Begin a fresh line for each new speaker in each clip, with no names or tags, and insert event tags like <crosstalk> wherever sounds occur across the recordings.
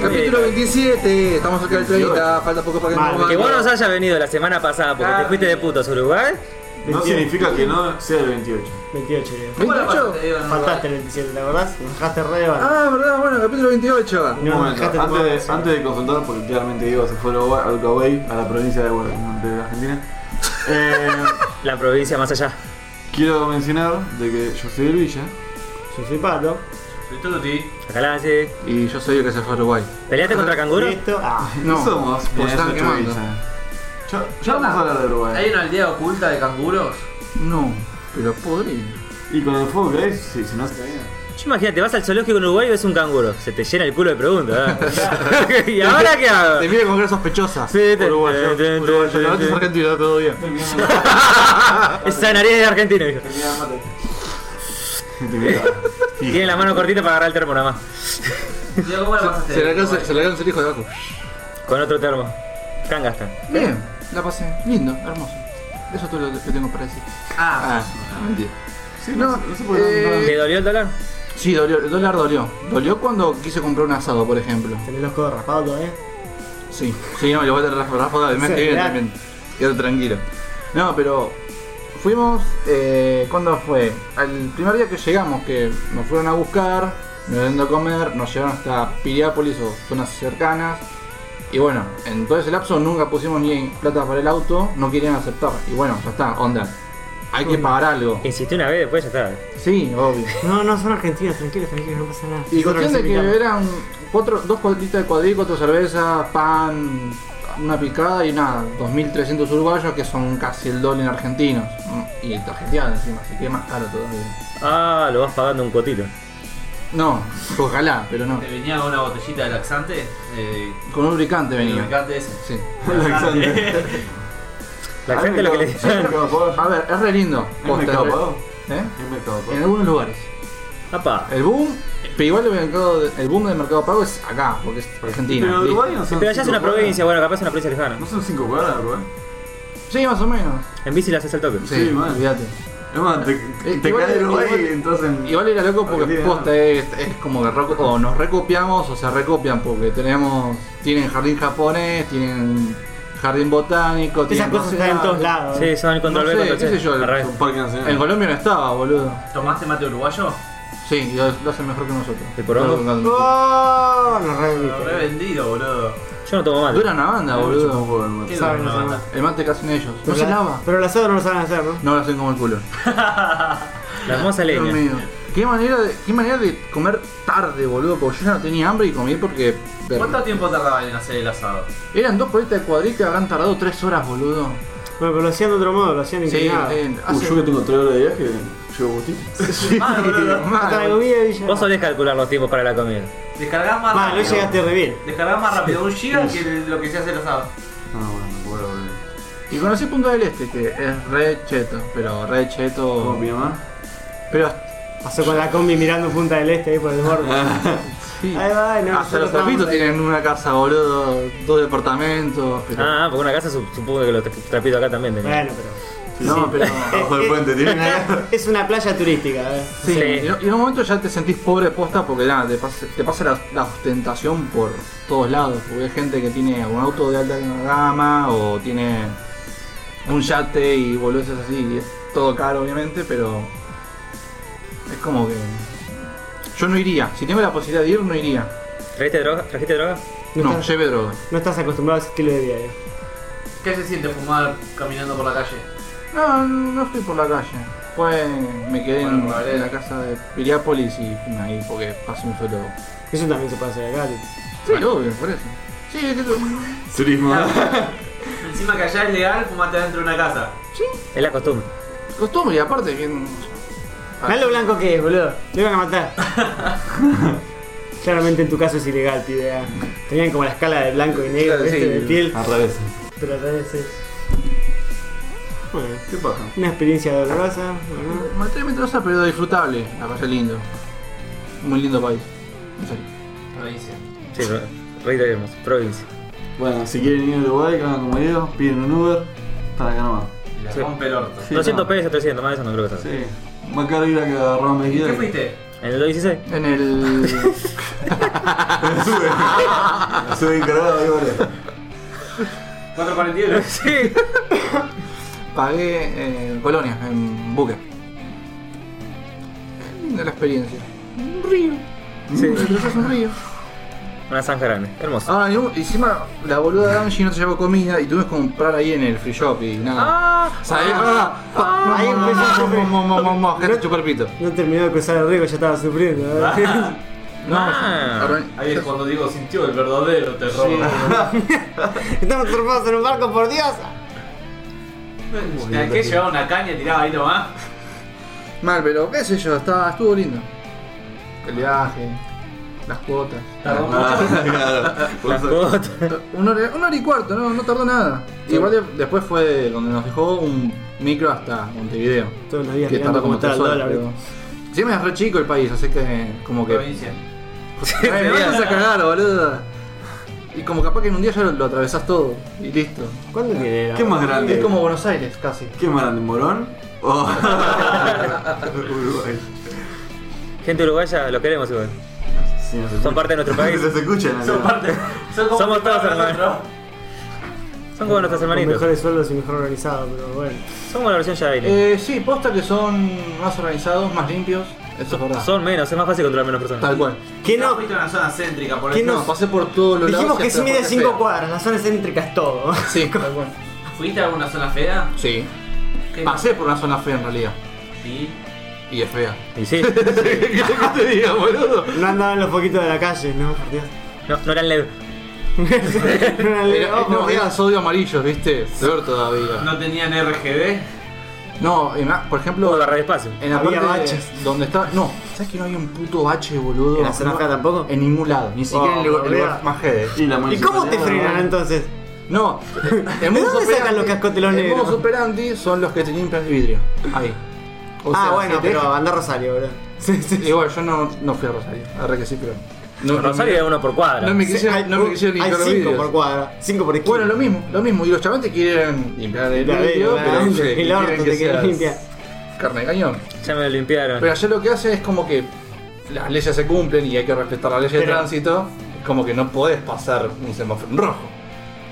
Capítulo 27, estamos cerca del 30, falta poco para que
Mal,
nos
Que vos
manden.
nos hayas venido la semana pasada porque
Ah,
te fuiste de putos a Uruguay.
No
28.
significa que no sea el 28.
28, digo.
¿Cuál la pasaste,
28.
Diego, en
Faltaste el 27, ¿te acordás? Nos dejaste re mal.
Ah, verdad, bueno, capítulo 28.
Un
No,
momento,
dejate
antes
tomar,
de,
sí.
antes de confrontar, porque claramente Diego se fue al Uruguay- al Uruguay, a la provincia de, Guay- de Argentina.
<laughs>
Eh,
La provincia más allá.
quiero mencionar de que yo soy del Villa
Yo soy Pato.
Soy Tuti.
Ojalá sí.
Y yo soy el que se fue a Uruguay.
¿Peleaste contra canguro?
Listo. Ah,
No somos
nos están
Nacho
quemando.
Villa. Yo, ya vamos a hablar de
¿Hay
Uruguay.
una aldea oculta de canguros?
No, pero podría.
Y con el fuego que hay, si, si no se caía.
<laughs>
Yo imagínate, vas al zoológico en Uruguay y ves un canguro. Se te llena el culo de preguntas. ¿verdad? ¿Y ahora qué hago?
Te mira con cara sospechosa.
Sí, te-
uruguayo.
te- te-
uruguayo,
te-
no,
te-
es argentino, todo bien.
Esa nariz es de argentino, dijo. Tiene la mano cortita para agarrar el termo nada más.
Diego, ¿cómo la pasaste?
Se le alcanza se le alcanza el hijo de abajo.
Con otro termo. Canga está.
Bien, la pasé. Lindo, hermoso. Eso es todo lo que tengo para decir. Ah,
Ah,
mentira.
Sí, no,
No,
no se
Eh,
puede. <laughs>
¿Te dolió el dólar?
Sí, dolió, el dólar dolió. Dolió cuando quise comprar un asado, por ejemplo.
tenés los codos raspados eh. todavía.
Sí, sí, no, lo voy a tener ráfaga del mes
Sí,
que viene
mirá.
también. Quédate tranquilo. No, pero fuimos, eh, ¿cuándo fue? Al primer día que llegamos, que nos fueron a buscar, nos dieron de comer, nos llevaron hasta Piriápolis o zonas cercanas. Y bueno, en todo ese lapso nunca pusimos ni plata para el auto, no querían aceptar. Y bueno, ya está, onda. Hay que pagar algo.
Insistí una vez, después ya está.
Sí, obvio.
No, no, son argentinos, tranquilos, tranquilos, no pasa nada.
Y
Nosotros
cuestión de que
clasificamos.
eran cuatro, dos cuadritas de cuadril, cuatro cervezas, pan, una picada y nada, 2.300 uruguayos que son casi el doble en argentinos. Mm, Y tarjeteado encima, así que más caro todavía.
Ah, lo vas pagando un cotito.
No, ojalá, pero no.
te venía una botellita de laxante. Eh,
Con un lubricante
el
venía.
lubricante ese.
Sí.
La gente lo que le
¿Es mercado pago?
A ver, es re lindo.
¿Es
Costa,
mercado
re-
pago?
¿Eh?
¿Es mercado
En
pago?
algunos lugares.
Apa.
El boom, pero igual el, mercado de- el boom del mercado pago es acá, porque es Argentina.
Pero
listo.
Uruguay no son
Pero allá es
cinco
una provincia,
cuadras.
bueno, capaz es una provincia lejana.
No son 5 cuadras, Uruguay.
Sí, más o menos.
En bici la haces al toque.
Sí,
Sí, mal.
olvídate.
Es más, te,
Eh,
te
igual-
cae Uruguay
igual-
y entonces.
Igual era loco porque
Argentina,
posta es, es como que reco- o nos recopiamos o se recopian porque tenemos tienen jardín japonés, tienen jardín botánico,
Esas
tienen
cosas están en todos lados. eh.
Sí, son control
No
B,
sé,
control
qué
C.
sé yo,
Al
el-
revés.
Un parque nacional.
En Colombia no estaba, boludo.
¿Tomaste mate uruguayo?
Sí, lo, lo hacen mejor que nosotros.
¿El porongo?
¡Oh! Nos
Lo re
reviste.
vendido, boludo.
Yo no tomo mal.
Dura una banda, boludo.
boludo.
¿Qué
Saben,
dura
no
una
saben.
banda?
El mate que hacen ellos. No se
Pero la-
lava.
Pero el asado no lo saben hacer, ¿no?
No lo hacen como el culo.
La hermosa
Dios
leña.
mío. ¿Qué manera, de, qué manera de comer tarde, boludo, porque yo ya no tenía hambre y comí porque...
¿Cuánto tiempo tardaban en hacer el asado?
Eran dos paletas de cuadrita, habrán tardado tres horas, boludo.
Bueno, pero lo hacían de otro modo, lo hacían
Sí, Ah,
inclinado.
eh,
Uy,
hacen-
yo que tengo 3 horas de viaje, Ah, llego
<laughs>
botín.
Mal, boludo.
<laughs> Hasta la comida y ya.
Vos solés calcular los tiempos para la comida.
Descargás más
Mal, no
rápido.
llegaste re bien.
Descargás más rápido un giga que lo que se hace el asado.
No, bueno, me acuerdo, boludo.
Y conocí Punta del Este, que es re cheto, pero re
¿Cómo
cheto.
Pinamar?
Pero
Pasó con la combi mirando Punta del Este ahí por el borde.
sí.
Ahí
Hasta
va, no,
los
nosotros
trapitos
estamos ahí.
tienen una casa, boludo, dos departamentos. Pero...
Ah, porque una casa sup- supongo que los tra- trapitos acá también tenía.
Bueno, pero.
no, pero.
Abajo del puente, tiene
<laughs>
una-
Es una playa turística, eh.
Sí.
Sí.
Y, no- y en un momento ya te sentís pobre posta porque nada, te pasa, te pasa la, la ostentación por todos lados. Porque hay gente que tiene un auto de alta gama o tiene un yate y boludeces así. Y es todo caro, obviamente, pero. Es como que. Yo no iría. Si tengo la posibilidad de ir, no iría.
¿Trajiste droga? ¿Trajiste droga?
No,
estás,
lleve droga.
no estás acostumbrado a ese estilo de vida, eh.
¿Qué se siente fumar caminando por la calle?
No, no estoy por la calle. Fue, me quedé en-
Bueno, vale.
en, la casa de Piriápolis y fui ahí porque pasé un solo.
Eso también se puede hacer acá, tipo.
Sí, obvio, por eso. Sí, es que tú-
Turismo.
Encima que allá es legal fumarte dentro de una casa.
Es la costumbre.
costumbre y aparte bien. Ah.
Mirá lo blanco que es, boludo. Lo iban a matar.
<laughs>
Claramente en tu caso es ilegal, pibe. ah. Tenían como la escala de blanco y negro,
Claro,
¿viste?
sí.
de piel.
Al revés.
Pero al revés, sí. Bueno,
¿Qué pasa?
una experiencia dolorosa.
Ah,
¿no?
Materialmente rosa, pero disfrutable. La pasé lindo. Muy lindo país. En serio.
Provincia.
Sí, pero. Rey de hermoso. Provincia.
Bueno, si quieren ir a Uruguay, que hagan como Diego, piden un Uber, están acá nomás.
Y la
Sí.
rompe el orto.
Sí,
200
no.
pesos, 300, más de eso no creo que sea.
Sí. Más caro ir a que agarraron
¿Y
Medellín.
qué fuiste?
¿En el 216?
En el.
La sube. La sube encargada de goles.
441.
Sí.
Pagué en Colonia, en Buque. Qué linda la experiencia. Un río.
Sí.
Mm, cruzás un río.
Una zanja grande. Hermoso.
Ah, y un- encima la boluda de Angie no te llevó comida y tuvimos que comprar ahí en el free shop y nada.
Ah,
¿Sabés? Ah, pa-
ahí empezó a sufrir.
mo- mo- mo- mo- gente chupar pito.
No terminó de cruzar el río, ya estaba sufriendo. ¿eh?
<laughs>
<laughs>
No,
Ah.
arran-
Ahí es cuando digo sintió el verdadero terror.
Estamos atrapados en un barco, por Dios.
¿En qué llevaba una caña y tiraba ahí nomás?
Mal, pero qué sé yo, estaba, estuvo lindo. El viaje, las cuotas.
Tardó
Ah,
mucho.
<laughs>
claro. Por
las
eso-
fotos.
Una hora, una hora y cuarto, no, no tardó nada. Igual de- después fue donde nos dejó un micro hasta Montevideo.
Todos los días
Que
mirando
tardó
cómo
como
está
tres
el
horas.
dólar.
pero- Siempre es re chico el país, así que como que. <laughs>
Provincia.
Ay, me vas a cagar, boludo. Y como capaz que en un día ya lo, lo atravesás todo y listo.
¿Cuándo tiene?
¿Qué más grande?
Es como Buenos Aires casi.
¿Qué más grande? ¿Morón? Oh. O. Uruguay.
Gente uruguaya, los queremos igual.
Sí, no se
Son
escucha.
parte de
<laughs>
nuestro país.
No se escuchan.
Son
acá.
parte. Son como
Somos todos hermanos.
nosotros.
Son como nuestros
Con
hermanitos.
mejores sueldos y mejor organizado, pero bueno.
Son como la versión Yavile.
Eh, sí, posta que son más organizados, más limpios. Eso es verdad.
Son menos, es más fácil controlar menos personas.
Tal cual.
¿Qué
No
no?
fuiste a una zona céntrica, por
¿Qué
eso.
No, pasé por todos los
Dijimos
lados. y
que
hasta
se mide
Fuerte
5
Feo.
cuadras, las zonas céntricas todo.
Sí, tal cual.
¿Fuiste a alguna zona fea?
Sí.
¿Qué?
Pasé por una zona fea en realidad.
Sí.
Y es fea.
<laughs>
Y sí,
¿Qué querés que te diga, boludo?
No andaban los foquitos de la calle, ¿no?
<laughs>
Por Dios.
no, no eran LED.
No eran-
Era,
ojo,
eh, no, era
mira.
sodio amarillo, viste. Peor todavía.
No tenían RGB.
No, en la- por
Puedo
ejemplo,
agarrar espacio.
en la
Había
parte de-
baches.
donde estaba. No, ¿sabes que no había un puto bache, boludo?
¿En la zona fea tampoco?
En ningún lado, ni siquiera en el,
Oh,
el
boludo.
lugar más jede.
Y, la
¿Y cómo te
municipalidad,
frenan
¿no?
entonces? <laughs>
No, el
¿De dónde sacan los cascotes los
El
negros?
modus operandi son los que te limpian el vidrio. Ahí. O
ah,
sea,
bueno,
si te-
pero anda a Rosario,
<laughs>
bro. Sí, sí.
Igual, yo no, no fui a Rosario. Ahora que sí, pero. No,
Rosario era uno por cuadra.
no me quisieron no me quisieron
Hay
limpiar los
5
vidrios.
por cuadra, 5 por esquina.
Bueno, lo mismo, lo mismo. Y los chavales te quieren limpiar el
Ya,
vidrio,
ya,
pero
ya,
no sé,
el orto
quieren
te
que
quieren
seas
limpiar.
Carne de cañón.
Ya me lo limpiaron.
Pero allá lo que hace es como que las leyes se cumplen y hay que respetar la ley de
Pero-
tránsito. Es como que no podés pasar un semáforo en rojo.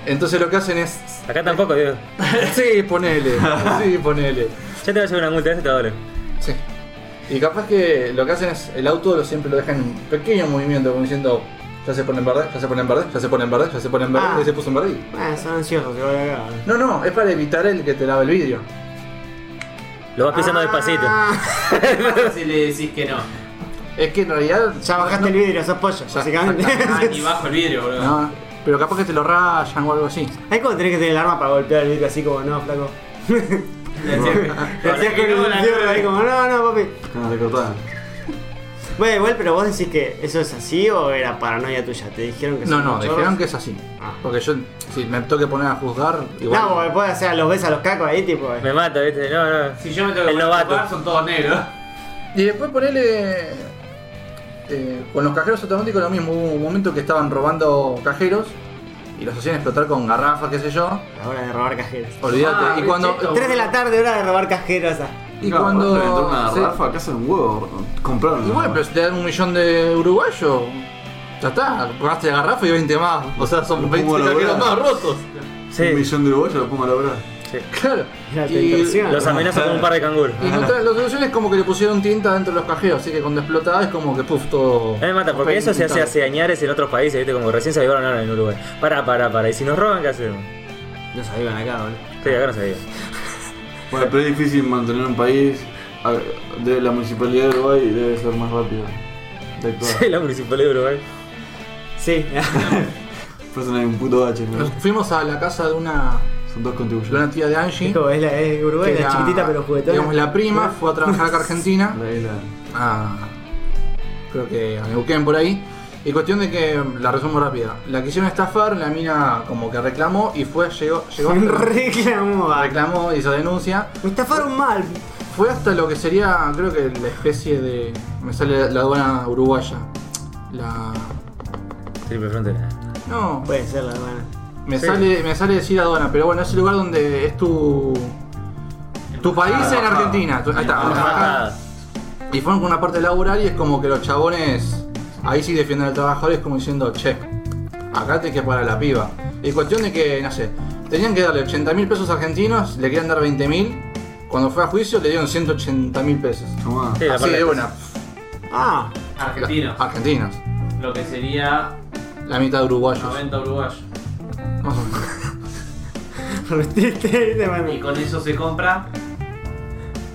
Entonces lo que hacen es. <laughs>
Acá tampoco, digo.
sí, ponele. sí, ponele.
Ya te va a llevar una multa de 70 dólares.
Sí. Y capaz que lo que hacen es el auto lo siempre lo dejan en un pequeño movimiento, como diciendo. Ya se pone en verde, ya se pone en verde, ya se pone en verde, ya se pone en verde,
Ah.
ya se puso en verde. y-
Ah, son ansiosos, yo voy acá.
No, no, es para evitar el que te lave el vidrio.
Lo vas pisando despacito.
Ah,
¿Qué pasa si le decís que no?
Es que en realidad.
Ya bajaste el vidrio, sos pollo, básicamente.
Ah, ni bajo el vidrio, boludo.
No, pero capaz que te lo rayan o algo así.
<laughs> Ahí como tenés que tener el arma para golpear el vidrio así como no, flaco.
Le decías que-
<laughs> Te
le
hacías
decías
con
que no,
el
la
fierro ahí
nube.
como, no, no, papi.
Que nos recortaban.
Bueno, igual, pero vos decís que eso es así o era paranoia tuya. Te dijeron que
No,
son
no,
muchos?
dijeron que es así.
Ah.
Porque yo, si me tengo que poner a juzgar, igual.
No, porque puede hacer los ves a los cacos ahí, tipo. eh.
Me mata, viste. No, no.
Si yo me tengo que
El
poner a
novato.
jugar, son todos negros.
Y después ponerle. con los cajeros automáticos lo mismo. Hubo un momento que estaban robando cajeros y los hacían explotar con garrafas, qué sé yo.
La hora de robar cajeros.
Olvídate.
Ah,
y cuando.
perfecto.
3 de la tarde, hora de robar cajeros. ah.
Y
Claro,
cuando.
reventó una
sí.
garrafa, acá son un huevo. Compraron.
Y bueno, pero si te dan un millón de uruguayos, ya está. Pagaste la garrafa y 20 más. O sea, son
Los
20
pongo a
cajeros más
laburar.
rotos.
Un
Sí.
millón de uruguayos lo pongo a lograr.
sí.
Claro.
Era tu
Y-
intención.
Los amenaza con un par de canguros.
Y la solución es como que le pusieron tinta dentro de los cajeros, así que cuando explotaba es como que puff todo.
A mí me mata, porque eso se hace hace añares en otros países, viste, como recién se avivaron ahora en Uruguay. Pará, pará, pará. Y si nos roban, ¿qué hacemos?
No sabían acá, boludo.
Sí, acá no sabía.
Bueno, pero es difícil mantener un país. a- De la municipalidad de Uruguay debe ser más rápido. De actuar.
Sí, <laughs> la municipalidad de Uruguay.
Sí.
Por eso no hay un puto H, ¿no?
Nos fuimos a la casa de una,
Son dos
de una
contribuyentes.
tía de Angie.
Dijo, es la es Uruguay,
que
la
era,
chiquitita pero juguetona. ¿Eh?
Digamos, la prima
<laughs>
<laughs> fue a trabajar acá a Argentina.
La isla.
a- creo que a Neuquén por ahí. Y cuestión de que, la resumo rápida, la quisieron estafar, la mina como que reclamó y fue, llegó, llegó hasta-
Reclamó. ah.
<laughs> reclamó, hizo denuncia.
Me estafaron mal.
Fue hasta lo que sería, creo que la especie de. Me sale la aduana uruguaya. La.
Triple frontera.
No,
Puede ser la hermana.
me,
Sí.
sale, me sale decir aduana, pero bueno, es el lugar donde es tu. Tu país en Argentina. Tu- ahí está.
Embajada.
Y fueron con una parte laboral y es como que los chabones ahí sí defienden al trabajador y es como diciendo, che, acá te que para la piba. Y cuestión de que, no sé, tenían que darle 80 mil pesos argentinos, le querían dar 20 mil, cuando fue a juicio le dieron 180 mil pesos.
Tomá.
Sí, la
Así de
parte-
una,
Ah, <laughs>
Argentinos.
argentinos,
Lo que sería
la mitad de uruguayos.
90 uruguayos.
Más o menos.
repetiste, de
Y
mami.
con eso se compra.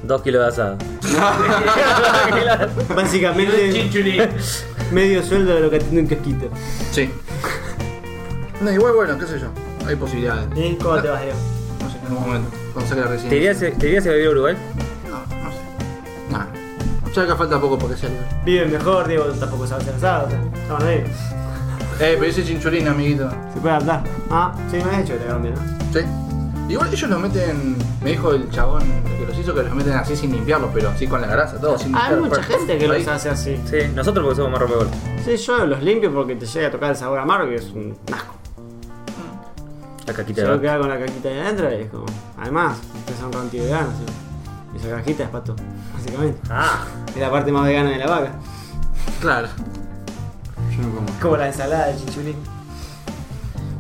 Dos kilos de asado.
<laughs>
Y un
Básicamente,
chinchulín.
medio sueldo de lo que atiende un casquito.
Sí. No, igual, bueno, qué sé yo, hay posibilidades.
¿Eh? ¿Cómo te vas, Diego?
No sé, en algún momento, cuando saque la
¿Te
residencia.
irías, ¿Te irías a vivir a Uruguay?
No, no sé. Nah. Ya acá falta poco porque sea libre.
Vive mejor, Diego tampoco sabe hacer asado. o sea, Estamos bien.
Eh, pero ese chinchulín, amiguito.
Se puede adaptar. Ah, sí, me has hecho de Colombia, ¿no?
Sí. Igual ellos los meten, me dijo el chabón que los hizo, que los meten así sin limpiarlos, pero así con la grasa, todo, sin
Ah, Hay
limpiar,
mucha
pues,
gente que
ahí.
los hace así.
Sí, nosotros porque somos más rompebolas.
Sí, yo los limpio porque te llega a tocar el sabor amargo y es un asco.
La caquita
Se
de
lo
vaca.
queda con la caquita ahí adentro y es como. Además, ustedes son anti-veganos. ¿sí? Y esa cajita es pato, básicamente.
Ah,
Es la parte más vegana de la vaca.
Claro.
Yo no como.
Es como la ensalada de chinchulín.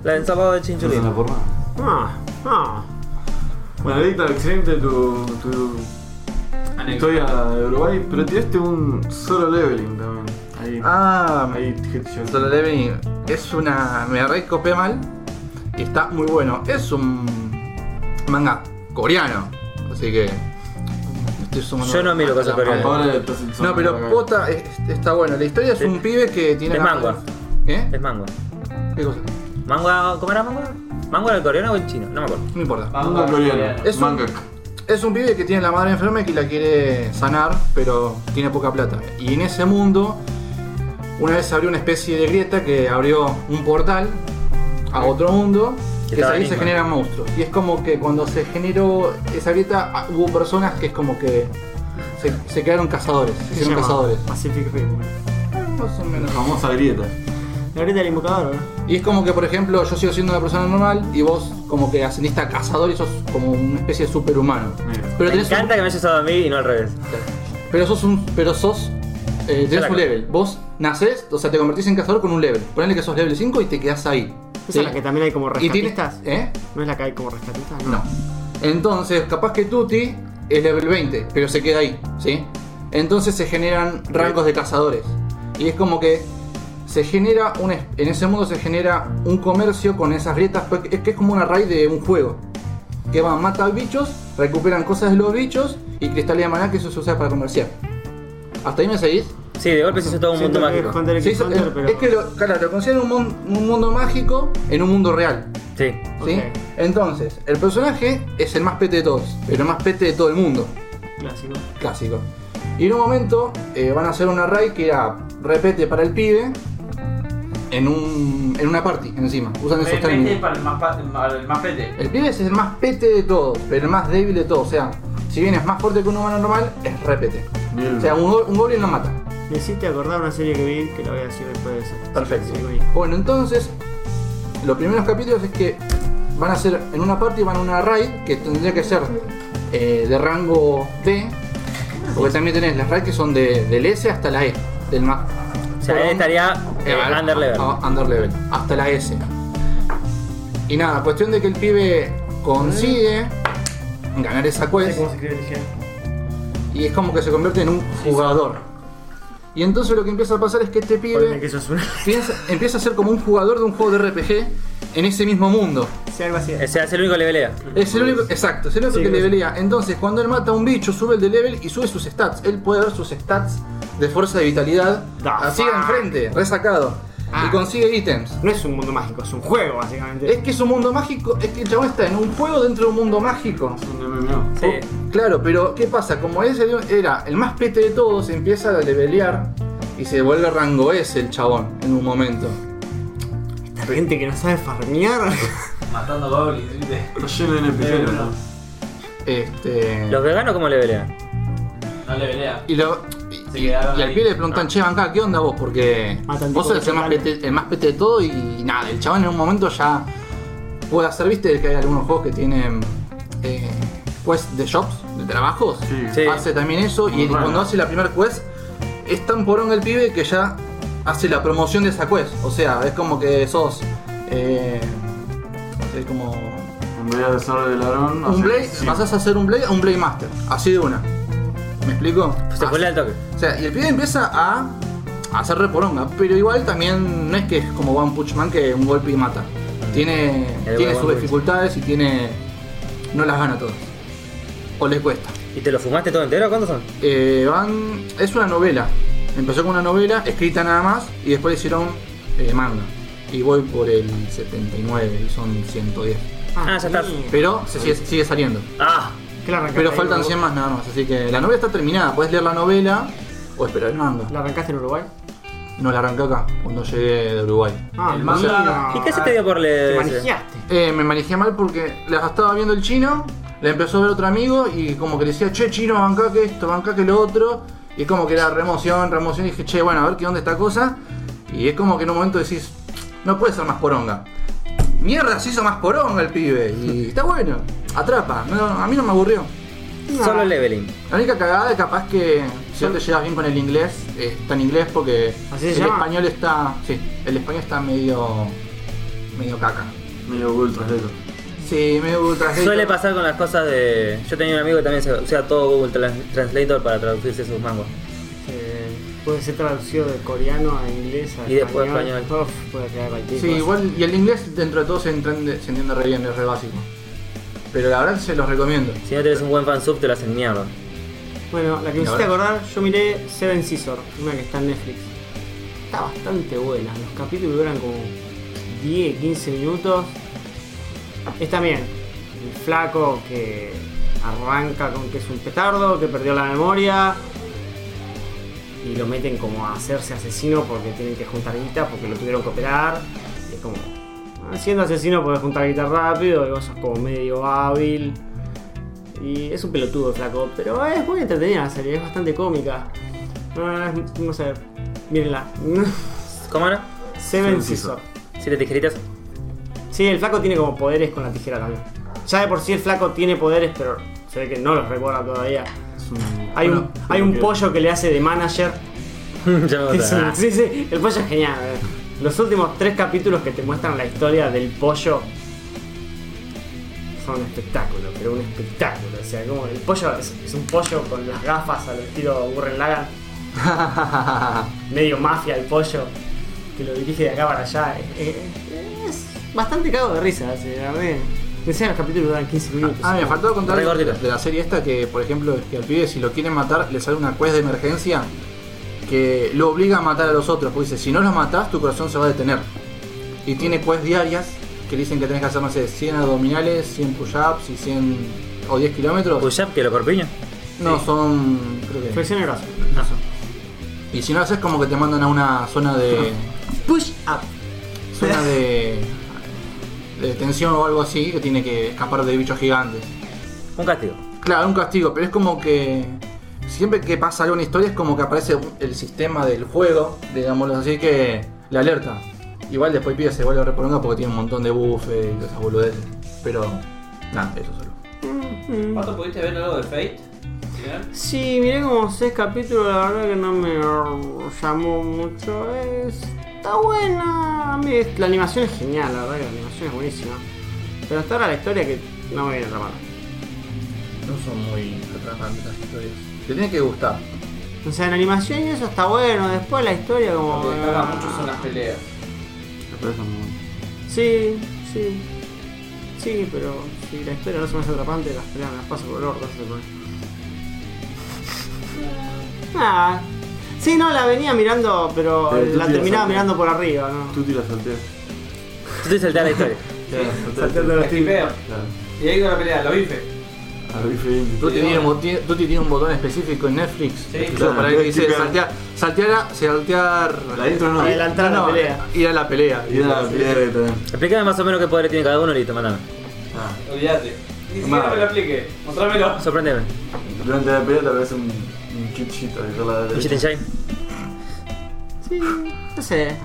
la ensalada de
No te la
chinchulín.
por nada.
Ah, ah.
Bueno, Víctor, excelente tu, tu historia de Uruguay, pero tiraste un solo leveling también. Ahí.
Ah,
Ahí, headshot.
Solo Leveling es una. Me recopé mal y está muy bueno. Es un manga coreaano, así que. estoy sumando
Yo no miro
hasta
cosas
la
coreanas.
madre.
Ahora le estás en
No, pero puta, es- está bueno. La historia es un
Es-
pibe que tiene.
es
la-
manga.
¿Eh?
Es mango.
¿Qué cosa?
¿Mango? ¿Cómo era mango? ¿Mango era el coreano o el chino? No me acuerdo.
No importa.
Manga coreana.
Es un-
Manga.
Es un pibe que tiene la madre enferma y que la quiere sanar, pero tiene poca plata. Y en ese mundo, una vez abrió una especie de grieta que abrió un portal a otro mundo,
Que
que
estaba
ahí se
Enigma.
generan monstruos. Y es como que cuando se generó esa grieta, ah, hubo personas que es como que se, se quedaron cazadores, se
¿Qué se
hicieron
llama?
cazadores.
Pacific Rim.
Más o
La
menos.
famosa grieta.
La grieta del invocador, ¿no?
Y es como que, por ejemplo, yo sigo siendo una persona normal y vos como que ascendiste a cazador y sos como una especie de superhumano.
Mira.
Pero
Me
tenés un-
encanta que me hayas dado a mí y no al revés.
Pero sos un. Pero sos. Eh, tenés un
Ya la cagué.
level. Vos nacés, o sea, te convertís en cazador con un level. Ponele que sos level 5 y te quedás ahí.
Esa
¿sí?
es la que también hay como
Y tienes.
rescatistas.
¿Eh?
¿No es la que hay como rescatistas?
No. Entonces, capaz que Tuti es level 20, pero se queda ahí, ¿sí? Entonces se generan rangos de cazadores. Y es como que se genera un. es- En ese mundo se genera un comercio con esas grietas, pues, es que es como una raíz de un juego. Que van, matan bichos, recuperan cosas de los bichos y cristal de maná que eso se usa para comerciar. ¿Hasta ahí me seguís?
Sí, de golpe se hizo todo un mundo
Siento que es
mágico.
Hunter x
Sí, eso-
Hunter,
es,
pero...
es que lo, claro, lo consideran un, mon- un mundo mágico en un mundo real.
Sí.
¿sí?
Ok.
Entonces, el personaje es el más pete de todos, pero el más pete de todo el mundo,
Clásico.
clásico. Y en un momento eh, van a hacer una raid que era repete para el pibe en, un, en una party encima. Usan esos
Vete
términos.
para el más, pa- para el más pete.
El pibe es el más pete de todos, pero el más débil de todos. O sea, si bien es más fuerte que un humano normal, es repete.
Bien.
O sea, un, go- un goblin lo mata.
Me hiciste acordar una serie que vi que la voy a decir después de eso.
Perfecto.
Sí, vi.
Bueno, entonces, los primeros capítulos es que van a ser en una parte van a una raid que tendría que ser eh, de rango D, porque también tenés las raids que son de, del S hasta la E, del más.
O sea, él estaría eh,
Underlevel
under level.
hasta la S. Y nada, cuestión de que el pibe consigue ganar esa
Pues,
No sé
quest
cómo se escribe el género.
y es como que se convierte en un jugador. Y entonces lo que empieza a pasar es que este
Ponle
pibe
que eso es una... <laughs>
Piensa- empieza a ser como un jugador de un juego de RPG en ese mismo mundo.
Sí, algo así.
O sea, es el único que le pelea.
Es el único, exacto, es el único
Sí,
que
sí.
levelea. Entonces, cuando él mata a un bicho, sube el de level y sube sus stats. Él puede ver sus stats de fuerza de vitalidad
Da
así
fuck.
enfrente, resacado.
Ah.
Y consigue ítems.
No es un mundo mágico, es un juego, básicamente.
Es
¿Eh?
que es un mundo mágico, es que el chabón está en un juego dentro de un mundo mágico.
Es un MMO.
Sí.
Claro, pero ¿qué pasa? Como ese era el más pete de todos, empieza a levelear y se vuelve rango S el chabón en un momento.
Esta gente que no sabe
<laughs> Ah,
farmear.
Matando goblins, ¿viste?
Está lleno de NPC,
Pero-
¿no?
Este.
¿Los veganos cómo le pelean?
No le pelea.
Y, lo,
Se
y, y
quedaron
al
ahí.
pie le preguntan, che, acá, ¿qué onda vos? Porque
Matan
vos
tipo
sos el más,
vegetales.
pete, el más pete de todo y, nada, el chabón en un momento ya puede hacer, viste, que hay algunos juegos que tienen eh, quest de shops, de trabajos.
Sí.
Sí.
Hace también eso y
Muy bueno.
cuando hace la primera quest es tan porón el pibe que ya hace la promoción de esa quest. O sea, es como que sos. Eh, es como.
En vez de hacer de ladrón,
Un
haces-
Blade,
sí.
pasás a ser un Blade a un Blade Master. Así de una. ¿Me explico?
Se fue al toque.
O sea, y el pibe empieza a hacer reporonga, pero igual también no es que es como One Punch Man que un golpe y mata. Tiene,
El
tiene
One
sus
Punch.
dificultades y tiene. no las gana todas. O les cuesta.
¿Y te lo fumaste todo entero? ¿Cuántos son?
Eh, van. es una novela. Empezó con una novela, escrita nada más, y después hicieron eh, manga. Y voy por el 79 y son 110.
Ah, ya está.
Pero se sigue, sigue saliendo.
Ah,
¿Qué la arrancaste
Pero
ahí,
faltan
Uruguay?
100 más nada más, así que la novela está terminada. Puedes leer la novela o esperar el manga.
¿La arrancaste en Uruguay?
No, la arranqué acá, cuando llegué de Uruguay.
Ah,
El
mira.
manga.
¿y qué se te dio por
Te
leer? ese?
manejaste.
Eh, me manejé mal porque la estaba viendo el chino, la empezó a ver otro amigo y como que le decía, che, chino, bancá que esto, bancá que lo otro. Y como que era remoción, remoción, y dije, che, bueno, a ver qué onda esta cosa. Y es como que en un momento decís, no puede ser más poronga. Mierda, se hizo más poronga el pibe. Y está bueno, atrapa. No, a mí no me aburrió.
Solo leveling.
La única cagada es capaz que si no te llevas bien con el inglés, eh, está en inglés porque
¿Así se
el
llama?
español está. Sí, el español está medio. medio caca.
Medio Google Translate.
Sí, medio ultra
Suele pasar con las cosas de. Yo tenía un amigo que también se- usaba todo Google Trans- Translator para traducirse sus mangas.
Eh, Puede ser traducido de coreano a inglés a
Y después español.
Uf, puede quedar cualquier
Sí,
cosa.
igual, y el inglés dentro de todo se entiende, se entiende re bien, es re básico. Pero la verdad se los recomiendo. <laughs>
Si no tenés un buen fansub, te lo hacen mierda.
Bueno, la que me
La
hiciste
verdad.
acordar, yo miré Seven Scissor, una que está en Netflix. Está bastante buena, los capítulos duran como 10, 15 minutos. Está bien, el flaco que arranca con que es un petardo, que perdió la memoria. Y lo meten como a hacerse asesino porque tienen que juntar guita, porque lo tuvieron que operar. Y es como, ah, siendo asesino podés juntar guita rápido, y vos sos como medio hábil. Y es un pelotudo flaco, pero es muy entretenida la serie, es bastante cómica. No, es- no sé, mírenla. <laughs>
¿Cómo era?
Seven
Seven Scissor.
Scissor.
¿Siete tijeritas? <laughs>
Sí, el flaco tiene como poderes con la tijera también. Ya de por sí el flaco tiene poderes, pero se ve que no los recuerda todavía.
Es un-
Hay un,
bueno,
hay un
que-
pollo que le hace de manager.
ya me
que es un-
gusta.
sí, sí, el pollo es genial. eh. Los últimos tres capítulos que te muestran la historia del pollo son un espectáculo, pero un espectáculo. O sea, como el pollo es, es un pollo con las gafas al estilo Gurren Lagan. medio mafia el pollo, que lo dirige de acá para allá. Eh, eh, Es, bastante cago de risa, se la ve. Decía los capítulos duran 15 minutos.
Ah, me faltó contar
Re
de,
gordito.
de la serie esta que, por ejemplo, es que al pibe si lo quieren matar le sale una quest de emergencia que lo obliga a matar a los otros. Porque dice, si no los matás, tu corazón se va a detener. Y tiene quests diarias que le dicen que tenés que hacer, no sé, 100 abdominales, 100 push-ups y 100 o 10 kilómetros.
¿Push up Ah. que lo corpiño?
No, son... creo que...
Flexión de brazo.
Y si no lo haces, como que te mandan a una zona de...
Push up.
zona de, de detención o algo así que tiene que escapar de bichos gigantes.
Un castigo.
Claro, un castigo, pero es como que siempre que pasa alguna historia es como que aparece el sistema del juego, digámoslo así, que la alerta. Igual después pide se vuelve a reponer porque tiene un montón de buffes y esas boludeces. Pero nada, eso solo.
¿Pato, pudiste ver algo de Fate? ¿Bien?
Sí, miré como 6 capítulos, la verdad que no me llamó mucho. Es- Está buena. A mí es- La animación es genial, la verdad que la animación es buenísima. Pero hasta ahora la historia que no me viene a mano.
No son muy atrapantes las historias. Te tiene que gustar.
O sea, en animación y eso está bueno. Después la historia como...
Lo que destaca mucho son las peleas.
Me parece muy-
Sí, sí. Sí, pero si la historia no se me hace atrapante, las peleas me las paso por el orto, ese es el problema. Ah. Sí, no, la venía mirando, pero
Pero tú
la
te
terminaba
ibas a-
mirando por arriba, ¿no?
Tú tiras salteas.
Tú te saltás la historia.
Salteando
Me flipeo.
Claro.
Y ahí con la pelea, lo bife.
Al bife indio.
Duty tiene, un botón- Duty tiene un botón específico en Netflix.
Sí,
claro,
claro.
para que dice
Típica-
saltear, saltear, a- saltear.
La intro no.
Adelante. Adelantar la pelea.
Ir a la pelea.
Y era la pelea que tenés.
Explícame más o menos qué poder tiene cada uno y listo, mandame.
Ah.
Olvídate. Ni siquiera
Madre.
me lo aplique.
<laughs>
Mostrámelo.
Sorprendeme.
Durante la pelea te aparece un, un chichito de la
¿Un cheat and
derecha.
shine?
Sí, no sé.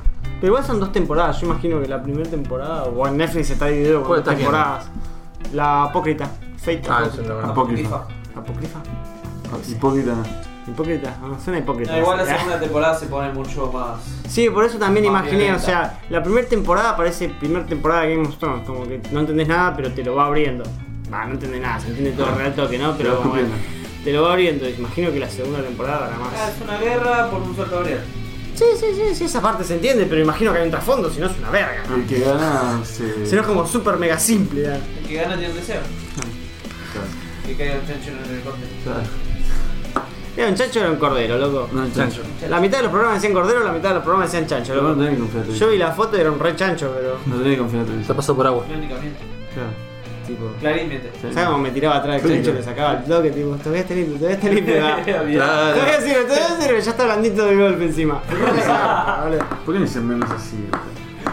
Pero igual son dos temporadas, yo imagino que la primera temporada, o en Netflix está dividido con
¿Cuál
dos
estás viendo?
temporadas. La apócrita, Fate
Ah,
apócrita.
eso no lo conozco.
Apócrifa.
¿Apócrifa?
Hipócrita.
Hipócritas, no, son hipócritas.
No, Ah, igual la segunda Ah, temporada se pone mucho más.
Sí, por eso también
Más
imaginé, o
violenta.
sea, la primera temporada parece primera temporada de Game of Thrones, como que no entendés nada, pero te lo va abriendo. Va, no entendés nada, se entiende todo
Ah.
el relato que no, pero
Te va
bueno,
escupiendo.
te lo va abriendo. Imagino que la segunda temporada habrá
Ah,
más.
es una guerra por un sol Gabriel.
Sí, sí, sí, sí, esa parte se entiende, pero imagino que hay un trasfondo, si no es una verga. ¿no?
El que gana se.
Si no es como súper mega simple. ¿eh?
El que gana tiene un deseo.
Claro,
Que caiga un chancho en el helicóptero.
claro.
Era un chancho era un cordero, loco.
No, chancho.
La mitad de los programas decían cordero, la mitad de los programas decían chancho,
Pero no
loco.
tenés que confiar en
Yo
televisión.
vi la foto y era un re chancho, pero.
No tenés que confiar en televisión.
Se pasó por agua.
Crónicamente.
Claro.
Tipo.
Clarín miente. <laughs>
Sí.
¿Sabes cómo me tiraba atrás del chancho y le sacaba el toque? Tipo, todavía está limpio, todavía está limpio. va.
<laughs> Bien.
Todavía sirve, todavía sirve, ya está blandito de golpe encima.
¿Por qué me dicen menos así?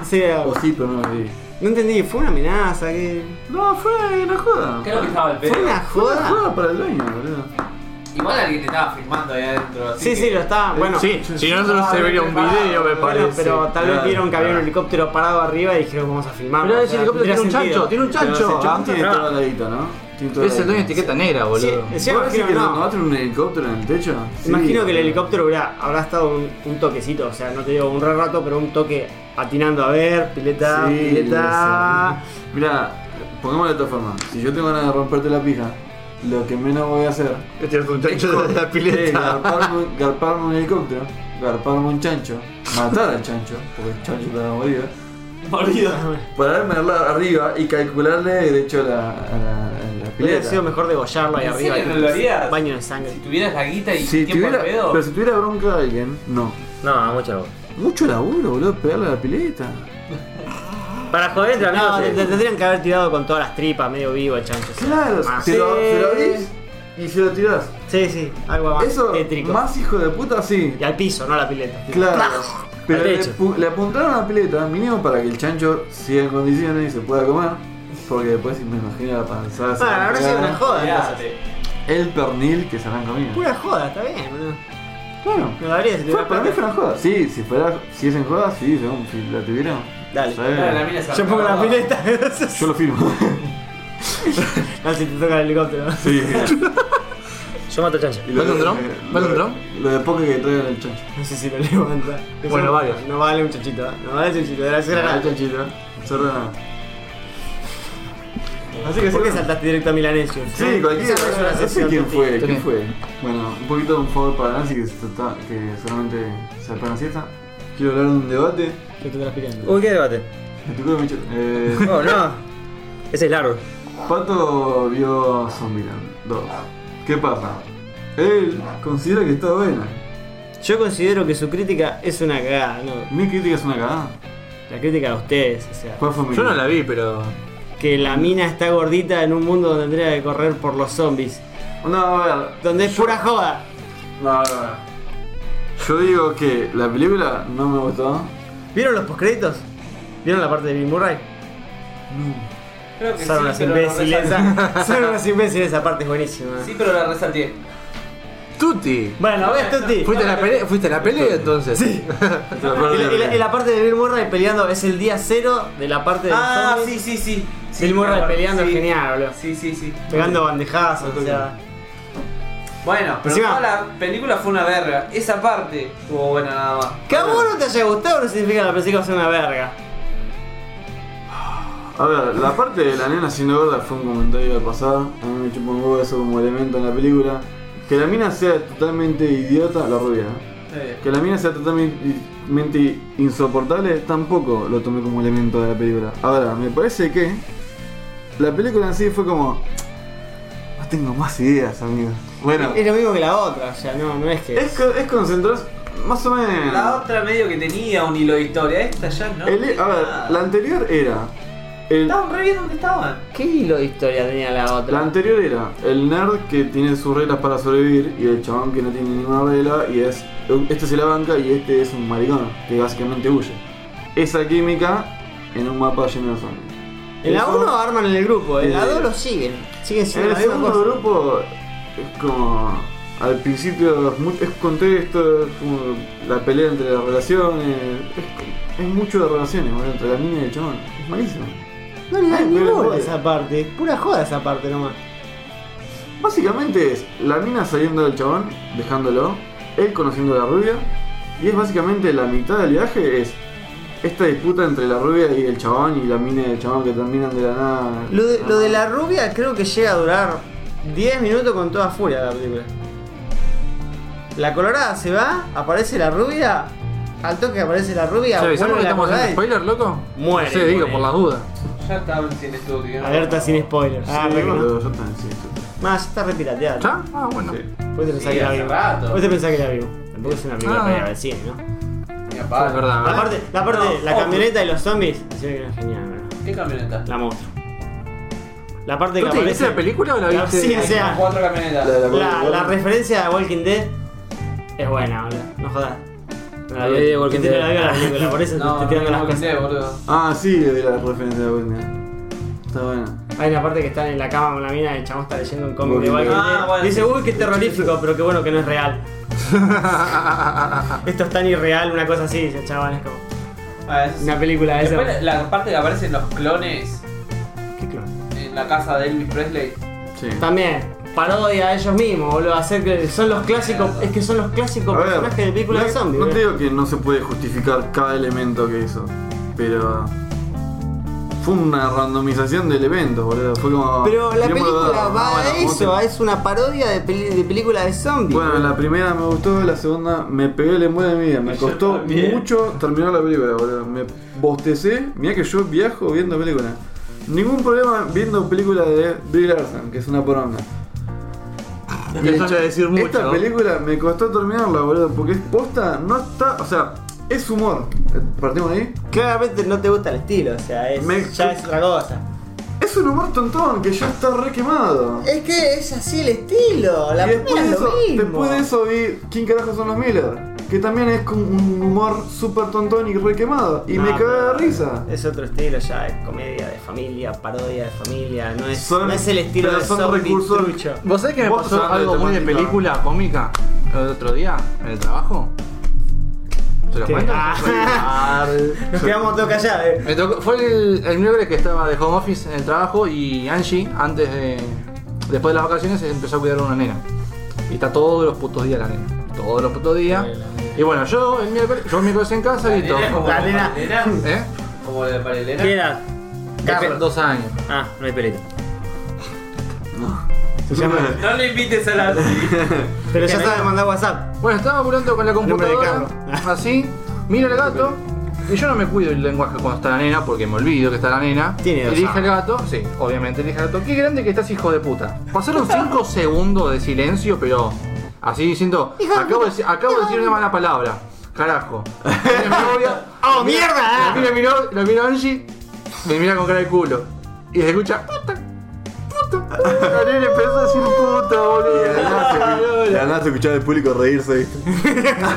Sí,
O sí, pero no lo vi.
no entendí, fue una amenaza, que.
No, fue una joda.
Creo que estaba el
¿Fue
pedo.
una
Fue una
joda?
joda para el dueño, boludo.
Igual alguien estaba filmando ahí adentro. así
Sí,
que-
sí, lo estaba. Bueno,
Sí, si no, no se vería un video, me
bueno,
parece.
pero tal vez
claro,
vieron que había un
claro.
helicóptero parado arriba y dijeron vamos a filmar.
Mirá, ese helicóptero tiene un chancho, tiene un
Pero ese
chancho.
chabón tiene
Ah.
toda la guita, ¿no? Tiene toda
Es
la
el dueño de
guita.
etiqueta negra, boludo.
Sí, encima
¿Vos decís
imagino
que
que no.
no. un helicóptero en el techo? Sí.
Imagino que el helicóptero habrá, habrá estado un, un toquecito, o sea, no te digo un re rato, pero un toque atinando a ver, pileta,
Sí,
pileta.
sí. Mira, pongámoslo de esta forma. Si yo tengo ganas de romperte la pija, lo que menos voy a hacer
Este es un chancho de la
es
pileta.
garparme, un- garparme un helicóptero, garparme un chancho, matar al chancho, porque el chancho estaba morido,
<laughs>
Mordido.
pararme arla- arriba y calcularle derecho a la, a la, a la
Hubiera
pileta.
sido mejor degollarlo ahí
¿En
arriba.
serio
tipo,
no lo harías?
Baño de sangre.
Si tuvieras la guita y
Si
tiempo
tuviera,
al pedo.
pero si tuviera bronca de alguien, no.
No, mucha voz.
Mucho laburo, boludo, pegarle a la pileta.
Para joder, entre
No, te, te
amigos. eh.
tendrían que haber tirado con todas las tripas, medio vivo el chancho. o sea,
Claro,
más-
Ah, se lo, se lo abrís y se lo tirás.
Sí, sí, algo más
Eso,
tétrico.
más hijo de puta, sí.
Y al piso, no a la pileta. Ah,
Claro. Pero
Al
le,
techo.
pu- le apuntaron a la pileta, mínimo para que el chancho siga en condiciones y se pueda comer. Porque después me imagino la panzada. se
Bueno,
la
habrá sido
pegaron.
una joda. entonces.
Mirate.
El pernil que se habrán comido.
Pura joda, está bien, boludo.
Claro.
Me lo daría si
Fue-
tuviera
para mí
plata.
fue una joda. Sí, si fuera, si es en joda, sí, según si la tuvieron.
Dale.
Sí.
Claro, la mina se
Yo pongo la
acordaba.
pileta. <laughs>
Yo lo firmo.
no, si te toca el helicóptero.
sí.
Yo mato chancho.
Y lo-
¿Vale un dron?
eh,
¿Vale un
lo-
dron?
Lo de poca que trae el chancho.
No sé si lo <laughs> levanta.
Bueno,
Eso
vale.
No vale un chanchito, ¿eh? no vale un chanchito, gracias a
Ah,
la
el chanchito. Cerrado.
Así que sé que saltaste directo a Milanesio.
Sí, cualquiera.
Esa no es una
No sé
sección,
quién
Tuti.
fue,
Tuti.
quién fue. Bueno, un poquito de un favor para Nancy que, se está- que solamente se apenas siesta. Quiero hablar de un debate.
Yo te transpirando.
Uy, qué debate.
Me tocó mucho. Eh,
Oh, no. Ese es largo.
Pato vio Zombieland 2. ¿Qué pasa? Él considera que está buena.
Yo considero que su crítica es una cagada, no.
Mi crítica es una cagada.
La crítica de ustedes, o sea.
¿Cuál fue mi
Yo no la vi, pero.
Que la mina está gordita en un mundo donde tendría que correr por los zombies.
No, a ver.
Donde es pura joda.
No, no, no. Yo digo que la película no me gustó.
¿Vieron los postcréditos? ¿Vieron la parte de Bill Murray?
Creo que
Son
sí,
unos
pero la
imbéciles.
resalté.
esa- <laughs> Son unos imbéciles, esa parte es buenísima.
Sí, pero la resalté.
Tuti.
Bueno, ves, Tuti.
Fuiste a la pelea, fuiste a la pelea entonces. Sí.
Te la
<laughs> Y
perdí.
la, y la- y la parte de Bill Murray peleando es el día cero de la parte de
Ah, sí, sí, sí. Sí,
Bill Murray
claro,
peleando
sí.
es genial, boludo.
Sí, sí, sí.
Pegando bandejadas, o sea.
Bueno, pero
Encima-
toda la película fue una verga. Esa parte estuvo buena nada más.
Que a vos no te haya gustado no significa que la película sea una verga.
A ver, la parte de la nena siendo gorda fue un comentario del pasado. A mí me chupó un huevo eso como elemento en la película. Que la mina sea totalmente idiota, la rubia. ¿no?
Eh,
Que la mina sea totalmente insoportable, tampoco lo tomé como elemento de la película. Ahora, me parece que la película en sí fue como. No tengo más ideas, amigo. Bueno,
Es lo mismo que la otra, o sea, no, no es que.
es, co- es concentrarse. Más o menos.
La otra medio que tenía un hilo de historia. Esta ya no.
El- a ver, la anterior era. el-
Estaban re bien donde estaban.
¿Qué hilo de historia tenía la
La
otra?
anterior era el nerd que tiene sus reglas para sobrevivir y el chabón que no tiene ninguna regla y es este se la banca y este es un maricón que básicamente huye. Esa química en un mapa lleno de zombies.
En la
Eso-
1 arman en el grupo, en la
Eh,
2 lo siguen. Siguen
En
siendo
el
la misma
segundo
cosa.
grupo es como al principio es, mu- es contexto, es como la pelea entre las relaciones, es, es mucho de relaciones, boludo, entre la mina y el chabón, es malísimo.
No le
Ay,
dan ni
pero
bola
joder.
esa parte, es pura joda esa parte nomás.
Básicamente es la mina saliendo del chabón, dejándolo, él conociendo a la rubia, y es básicamente la mitad del viaje es esta disputa entre la rubia y el chabón y la mina y el chabón que terminan de la nada.
Lo de, lo de la rubia creo que llega a durar 10 minutos con toda furia la película. La colorada se va, aparece la rubia, al toque aparece la rubia,
¿Se avisaron
vuelve
que
la
estamos
colorada
haciendo
y-
spoiler, loco?
Muere,
No sé, digo,
muere.
por las dudas.
Ya estaban sin esto, digamos.
Alerta sin spoilers.
Ah,
Ah, re que no.
boludo, yo también sí, yo
Más, está repirateada.
¿Ya? Ah, bueno.
también, sí.
Vos te pensás
Sí,
que era
hace
vivo.
rato.
Vos te pensás que era vivo. Tampoco es una película
Ah.
para ir a ver cine, ¿no?
Ni
Ah,
aparte.
es verdad,
La
¿verdad?
parte, la parte,
No,
la
otro.
camioneta y los zombies, se ve que era genial, ¿verdad?
¿Qué camioneta?
La monstruo. La parte que
¿Tú te viste
aparece...
la película o la
La-
viste?
sí, o sea,
Cuatro camionetas.
La de
La, la referencia de Walking Dead es buena, boludo. No jodas. No
La vi de Walking
No la
Dead.
vi a la película, por eso
No,
te
no,
estoy tirando
no,
las
que
cosas.
sé, boludo.
Ah, sí, de la referencia de Whitney. Está buena.
Hay una parte que están en la cama con la mina y el chabón está leyendo un cómic de
Walking
Walking
Dead.
Dead.
Ah, bueno,
Dice,
sí.
uy, qué terrorífico, pero qué bueno que no
<laughs>
es real. Esto es tan irreal, una cosa así, dice el chabón. Es como
Ah, eso sí.
una película de
Después
eso.
la parte que aparecen los clones
¿Qué clon?
en la casa de Elvis Presley.
Sí.
También, parodia a ellos mismos, boludo. Hacer que son los clásicos, es que son los clásicos
A ver,
personajes de ¿eh? películas
no-
de zombies.
No te
boludo.
digo que no se puede justificar cada elemento que hizo, pero. Fue una randomización del evento, boludo. Fue como.
Pero la
tiremos los
película
dados.
va
Ah,
a
bueno, vos
eso,
te-
es una parodia de, peli- de película de zombies.
Bueno, la primera me gustó, la segunda me pegué el embudo de mi vida. Me
<laughs> Yo
costó
también.
mucho terminar la película, boludo. Me bostecé. Mirá que yo viajo viendo películas. Ningún problema viendo películas de Bill Larson, que es una poronga.
Eso ya es decir mucho.
Esta película me costó terminarla, boludo, porque es posta, no está. O sea, es humor. Eh, Partimos de ahí.
Claramente no te gusta el estilo, o sea, es,
Me-
ya es otra cosa.
Es un humor tontón que ya está re quemado.
Es que es así el estilo, Eh, la
y después
primera
de,
es
eso,
lo mismo.
después de eso vi ¿Quién carajo son los Miller? Que también es con un humor súper tontón y re quemado. Y me
No,
cagué de
Ah, pero eh,
risa.
Es otro estilo, ya es comedia de familia, parodia de familia, no es,
Son-
no es el estilo
pero
de
son
zombie
recursos-
trucho.
¿Vos sabés que me
Vos
pasó
hablando de
algo muy de
temática.
película cómica el otro día en el trabajo? ¿Se lo
¿Qué?
cuento?
Ah. <laughs> Nos quedamos todos callados. eh.
Me tocó- fue el, el miércoles que estaba de home office en el trabajo y Angie, antes de. después de las vacaciones, se empezó a cuidar a una nena. Y está todos los putos días la nena. Todos los putos días. Y bueno, yo el miércoles, yo el miércoles en casa
La
y todo.
nena es como
La
la
nena.
nena.
¿Eh?
Como de para Elena.
¿Qué edad?
Carlos. Dos años.
Ah, no hay peleta.
Se llama-
No le invites a la.
Pero ya sabe mandar WhatsApp.
Bueno, estaba curando con la
nombre de
computadora, así, miro al gato, y yo no me cuido el lenguaje cuando está la nena, porque me olvido que está la nena.
Tiene
y
dos
dije
años.
al gato, sí, obviamente le dije al gato, qué grande que estás, hijo de puta. Pasaron <laughs> 5 segundos de silencio, pero así diciendo, acabo de, deci- acabo de decir una mala palabra, carajo. Mira mi novia,
<laughs> ¡Oh,
la mira-
mierda!
La mira, mi novia- la mira Angie, me mira con cara de culo, y se escucha, puta, puta. La nena empezó a decir puta,
<laughs>
boludo.
La nada se escuchaba el público reírse, ¿viste?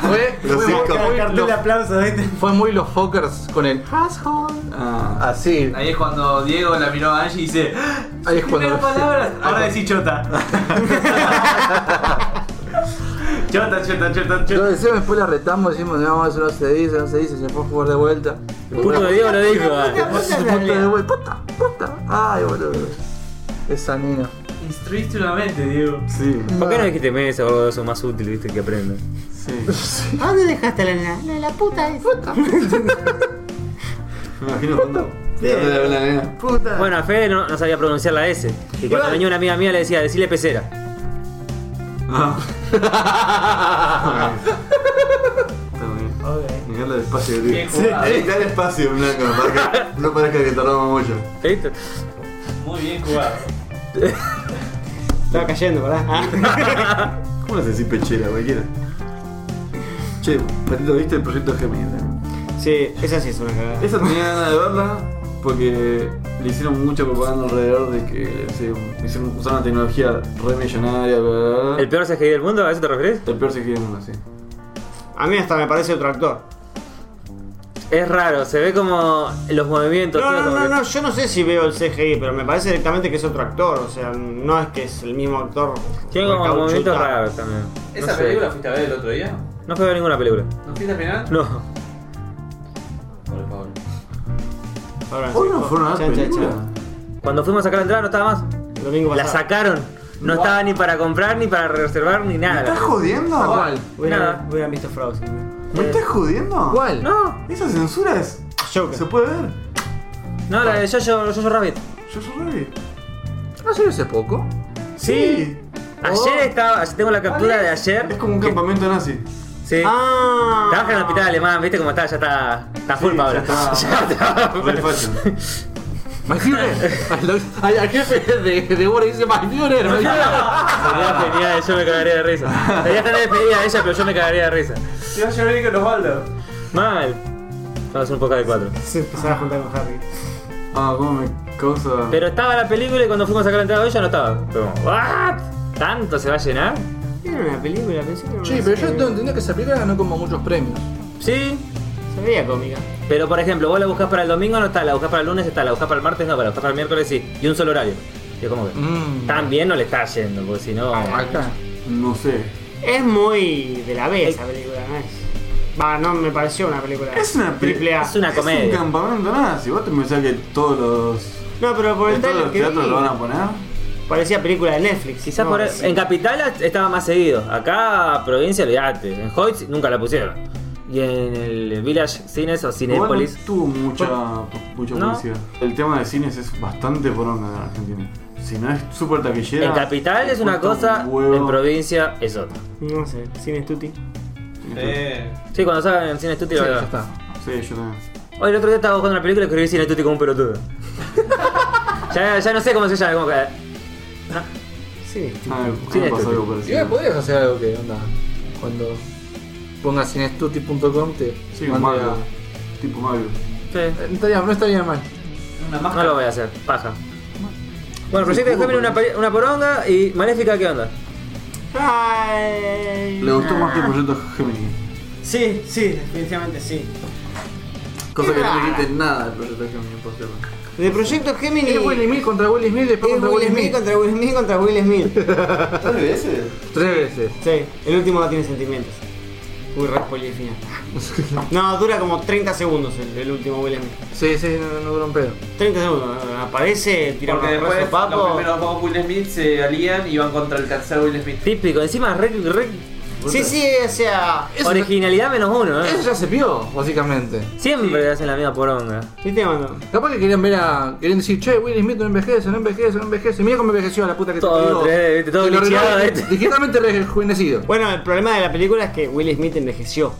Fue,
Los
fue
cinco.
muy-
El cartel
los-
de aplausos, ¿viste?
fue muy los fuckers con el asshole.
Ah,
Así.
Ahí es cuando Diego la miró a Angie y dice. "Ah,
Ahí es
Primera
cuando.
palabra, ahora decís <laughs> chota.
<laughs>
chota, chota, chota,
Lo
chota.
decimos, después la retamos, decimos, no, eso no se dice, no se dice, se fue a jugar de vuelta.
El puto de Diego lo dijo. ah.
puta, puta.
Se fue a jugar de vuelta, puta, puta. Ay, boludo. Esa nena.
Instruiste una mente, Diego.
sí,
¿Por qué no dijiste mesa o algo de eso más útil, viste, que aprenda?
sí.
¿A dónde dejaste a la nena? La de la puta es.
Me imagino cuando. Dándole la nena.
Puta.
Bueno, a Fede no, no sabía pronunciar la S. Y cuando
Igual-
venía una amiga mía le decía, decirle pecera.
Ah. Está muy bien.
Ok.
Mirarla despacio,
Bien
tío. Sí,
jugado.
está despacio, blanco. para que- No parezca que tardamos mucho.
¿Viste?
Muy bien jugado.
Estaba cayendo, ¿verdad? <laughs>
¿Cómo le decís pechera, cualquiera? Che, Patito, ¿viste el proyecto Gemini?
sí, esa sí es una cagada.
Esa tenía ganas de verla porque le hicieron mucha propaganda alrededor de que se hicieron, usaron una tecnología re millonaria, bla, bla, bla.
¿El peor CGI del mundo? ¿A eso te referís?
El peor se gira en uno, sí.
A mí hasta me parece otro actor.
Es raro, se ve como los movimientos.
No,
todo
no,
como
no,
que-
no, yo no sé si veo el CGI, pero me parece directamente que es otro actor, o sea, no es que es el mismo actor.
Tiene como
recauchuta.
movimientos raros también.
¿Esa
no sé.
película fuiste a ver el otro día?
No fue a ver ninguna película.
¿No fuiste al final?
No.
Por favor.
Ahora sí,
¿Vos no fueron a
chan,
ver
oh, chan,
películas?
chan.
Cuando fuimos a sacar la entrada no estaba más.
Domingo
La
pasado.
sacaron. No estaba ni para comprar, ni para reservar, ni
¿Me
nada.
estás jodiendo?
¿Cuál?
Hubieran,
Nada.
hubieran visto Frozen.
¿Me estás jodiendo?
¿Cuál?
No,
¿Esa censura es?
Joker.
¿Se puede ver?
no, la de Jojo Jojo Rabbit.
Yo soy Rabbit.
¿No salió hace poco?
Sí. Ayer estaba, tengo la captura de
Es
ayer.
como un campamento nazi.
Sí.
Ah.
Trabaja en el hospital alemán, viste cómo está, ya está, está full
Sí,
Pablo.
ya
<laughs>
está. Re facho.
¿My <laughs> Führer? Al al jefe de, de Warren dice My Führer. My Führer".
Sería genial, yo me cagaría de risa. Debería estar despedida de ella, pero yo me cagaría de risa.
Te vas a llorar con Osvaldo.
Mal. Vamos a un poco de cuatro.
Se empezaba a juntar con Harry.
Ah, cómo me causa.
Pero estaba la película y cuando fuimos a sacar la entrada de ella no estaba. Fue como, ¿what? ¿Tanto se va a llenar?
Era una película, pensé que era una
Sí, pero yo
serie.
tengo entendido que esa película ganó como muchos premios.
Sí.
Se veía cómica.
Pero por ejemplo, vos la buscás para el domingo, no está, la buscás para el lunes, está, la buscás para el martes, no, la buscás para el miércoles, sí. Y un solo horario. Yo como que.
Mm.
También no le está yendo, porque si no.
Acá.
No sé.
Es muy de la B esa película, ¿no es? Va, no me pareció una película.
Es una pe-
triple A.
Es una
Es un
comedia.
campamento nazi. ¿Vos te pensás que todos los.
No, pero por el
En todos
trailer
los
que vi,
teatros lo van a poner?
parecía película de Netflix.
Quizás
No,
por
sí.
En Capital estaba más seguido. Acá, provincia, olvidate. En Hoyts nunca la pusieron. Y en el Village Cines o
Igual
Cinépolis.
no tuvo mucha, mucha
No.
publicidad. El tema de cines es bastante poronga en Argentina. Si no es súper taquillera.
En Capital es una
cuesta
cosa,
un huevo.
en provincia es otra.
No sé, Cine Tutti.
Eh.
Sí, cuando salgan en Cines Tutti,
Sí,
lo
ya
veo.
está.
Sí, yo también.
Hoy el otro día estaba buscando una película y escribí Cines Tutti como un pelotudo. <laughs> ya, ya no sé cómo se llama. Como que, Ah,
Cine Tutti.
Ah, me-
Sí,
me pasó
esto.
algo
Igual
parecido.
podrías eh, hacer algo que onda. Cuando pongas en stuti.com te.
Sí, un
mande
Mario.
a-
Tipo Mario.
sí,
Eh, no estaría- no estaría mal.
Una
no
máscara.
lo voy a hacer, paja. Bueno, proyecto de Gemini, una, pe- una poronga y Maléfica, ¿qué onda?
Ay.
Le gustó más que
Ah.
el proyecto Gemini.
Sí, sí, definitivamente sí.
Cosa que no
rara.
le dijiste nada del proyecto Gemini, por cierto.
De Proyecto Gemini.
Es Will Smith contra Will Smith, después
Es
contra
Will Smith contra Will Smith contra Will Smith.
¿Tres veces?
Tres veces.
sí, el último no tiene sentimientos. Uy, respoilé el final. No, dura como 30 segundos el, el último Will Smith.
Sí, sí, no, no dura un pedo.
30 segundos, aparece, tira
Porque
un
después
abrazo
los
papo.
primeros dos Will Smith se alían y van contra el tercer Will Smith.
Típico, encima, re- re-
Sí, sí, o sea.
Eso-
originalidad menos
Ah.
uno,
Eso
¿eh?
ya se vio, básicamente.
Siempre hacen la misma poronga.
¿Viste, mano?
Capaz que querían ver a. Querían decir, che, Will Smith no envejece, no envejece, no envejece. Mira cómo envejeció la puta que
Todo
te parió.
3D, viste, todo
Y lo
glitchado,
rejuve-
viste.
Ligeramente rejuvenecido.
Bueno, el problema de la película es que Will Smith envejeció.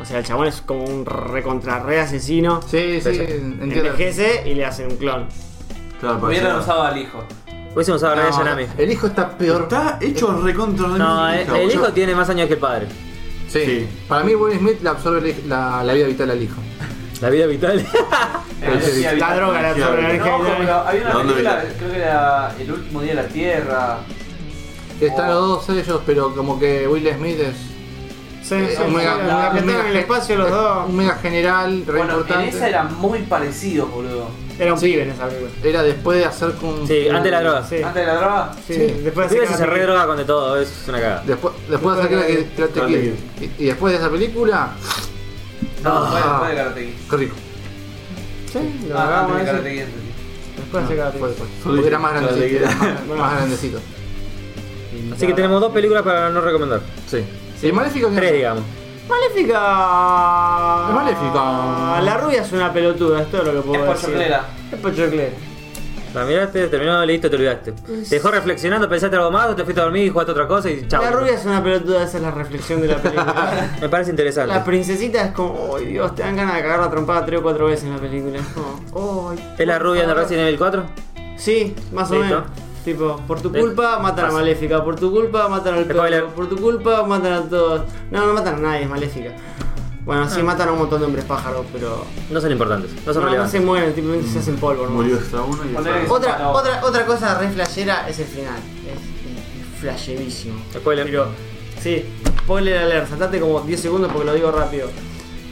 O sea, el chabón es como un recontrarre asesino.
Sí, sí,
Pero-
entiendo.
Envejece y le hacen un clon.
Claro,
Hubieran
parece.
usado al hijo.
Hubiésemos usado Rey Yanami.
El hijo está peor.
Está hecho recontra de
No,
mi
el,
hija,
el
boludo.
hijo tiene más años que el padre.
Sí.
Sí.
Para mí, Will Smith le absorbe el- la, la vida vital al hijo.
La vida vital.
Eh, sí, había-
La droga, la
sí,
droga,
había-
la
No, ojo, pero
droga.
había una
¿Dónde
película,
viste?
creo que era El último día de la Tierra.
Están
Oh.
los dos ellos, pero como que Will Smith es.
Sí, sí,
un
sí,
mega- un mega-
la- la que estaban en el
mega-
espacio los dos.
Un mega general, re
Bueno, en
importante.
esa eran muy parecidos, boludo.
Era un
Sí.
pibe en esa película.
Era después de hacer con.
<laughs> Sí, antes de la droga.
Sí,
Antes de la droga.
sí,
Sí.
después de
Vive si
sacar
se
la
re
película.
droga con de todo, es una cagada.
Después, después de hacer Karate- Karate
Karate
Kid. Y, y después de esa película,
No, fue
Ah.
después de Karate Kid.
qué rico.
Sí, lo
Ah,
hagamos
antes de
eso.
Karate Kid. entendí.
Después de sacar la
Ah. Fue
película.
después.
Solo
Porque era más
Karate
grandecito.
Kid.
era más, más grandecito.
Así que tenemos dos películas para no recomendar.
Sí. Y Maléfico que-
Tres, digamos.
Maléfica.
Es maléfica.
La rubia es una pelotuda, es todo lo que puedo
Es
decir.
pochoclera.
Es pochoclera.
La miraste, terminó, listo, te olvidaste. Te dejó reflexionando, pensaste algo más, o te fuiste a dormir y jugaste otra cosa y chao.
La rubia es una pelotuda, esa es la reflexión de la
<laughs>
película.
Me parece interesante.
la princesita es como, ¡ay Dios! Te dan ganas de cagar la trompada tres o cuatro veces en la película. Es como, "Ay,
¿Es la
por
rubia de
favor".
Resident Evil 4?
Sí, más o
Listo.
menos. Tipo, por tu
Listo.
culpa matan a
Pasa.
Maléfica, por tu culpa matan al
Spoiler.
perro, por tu culpa matan a todos. No, no matan a nadie, es Maléfica. Bueno, sí matan a un montón de hombres pájaros, pero.
Ah. No son importantes, no son
No, no se
relevantes.
mueren, simplemente se hacen polvo, ¿no?
Murió extra uno y
Ponele
extra
que
dos.
Otra,
No.
otra, otra cosa re flashera es el final. Es, es flasherísimo.
Spoiler.
Pero, sí, spoiler alert, saltate como 10 segundos porque lo digo rápido.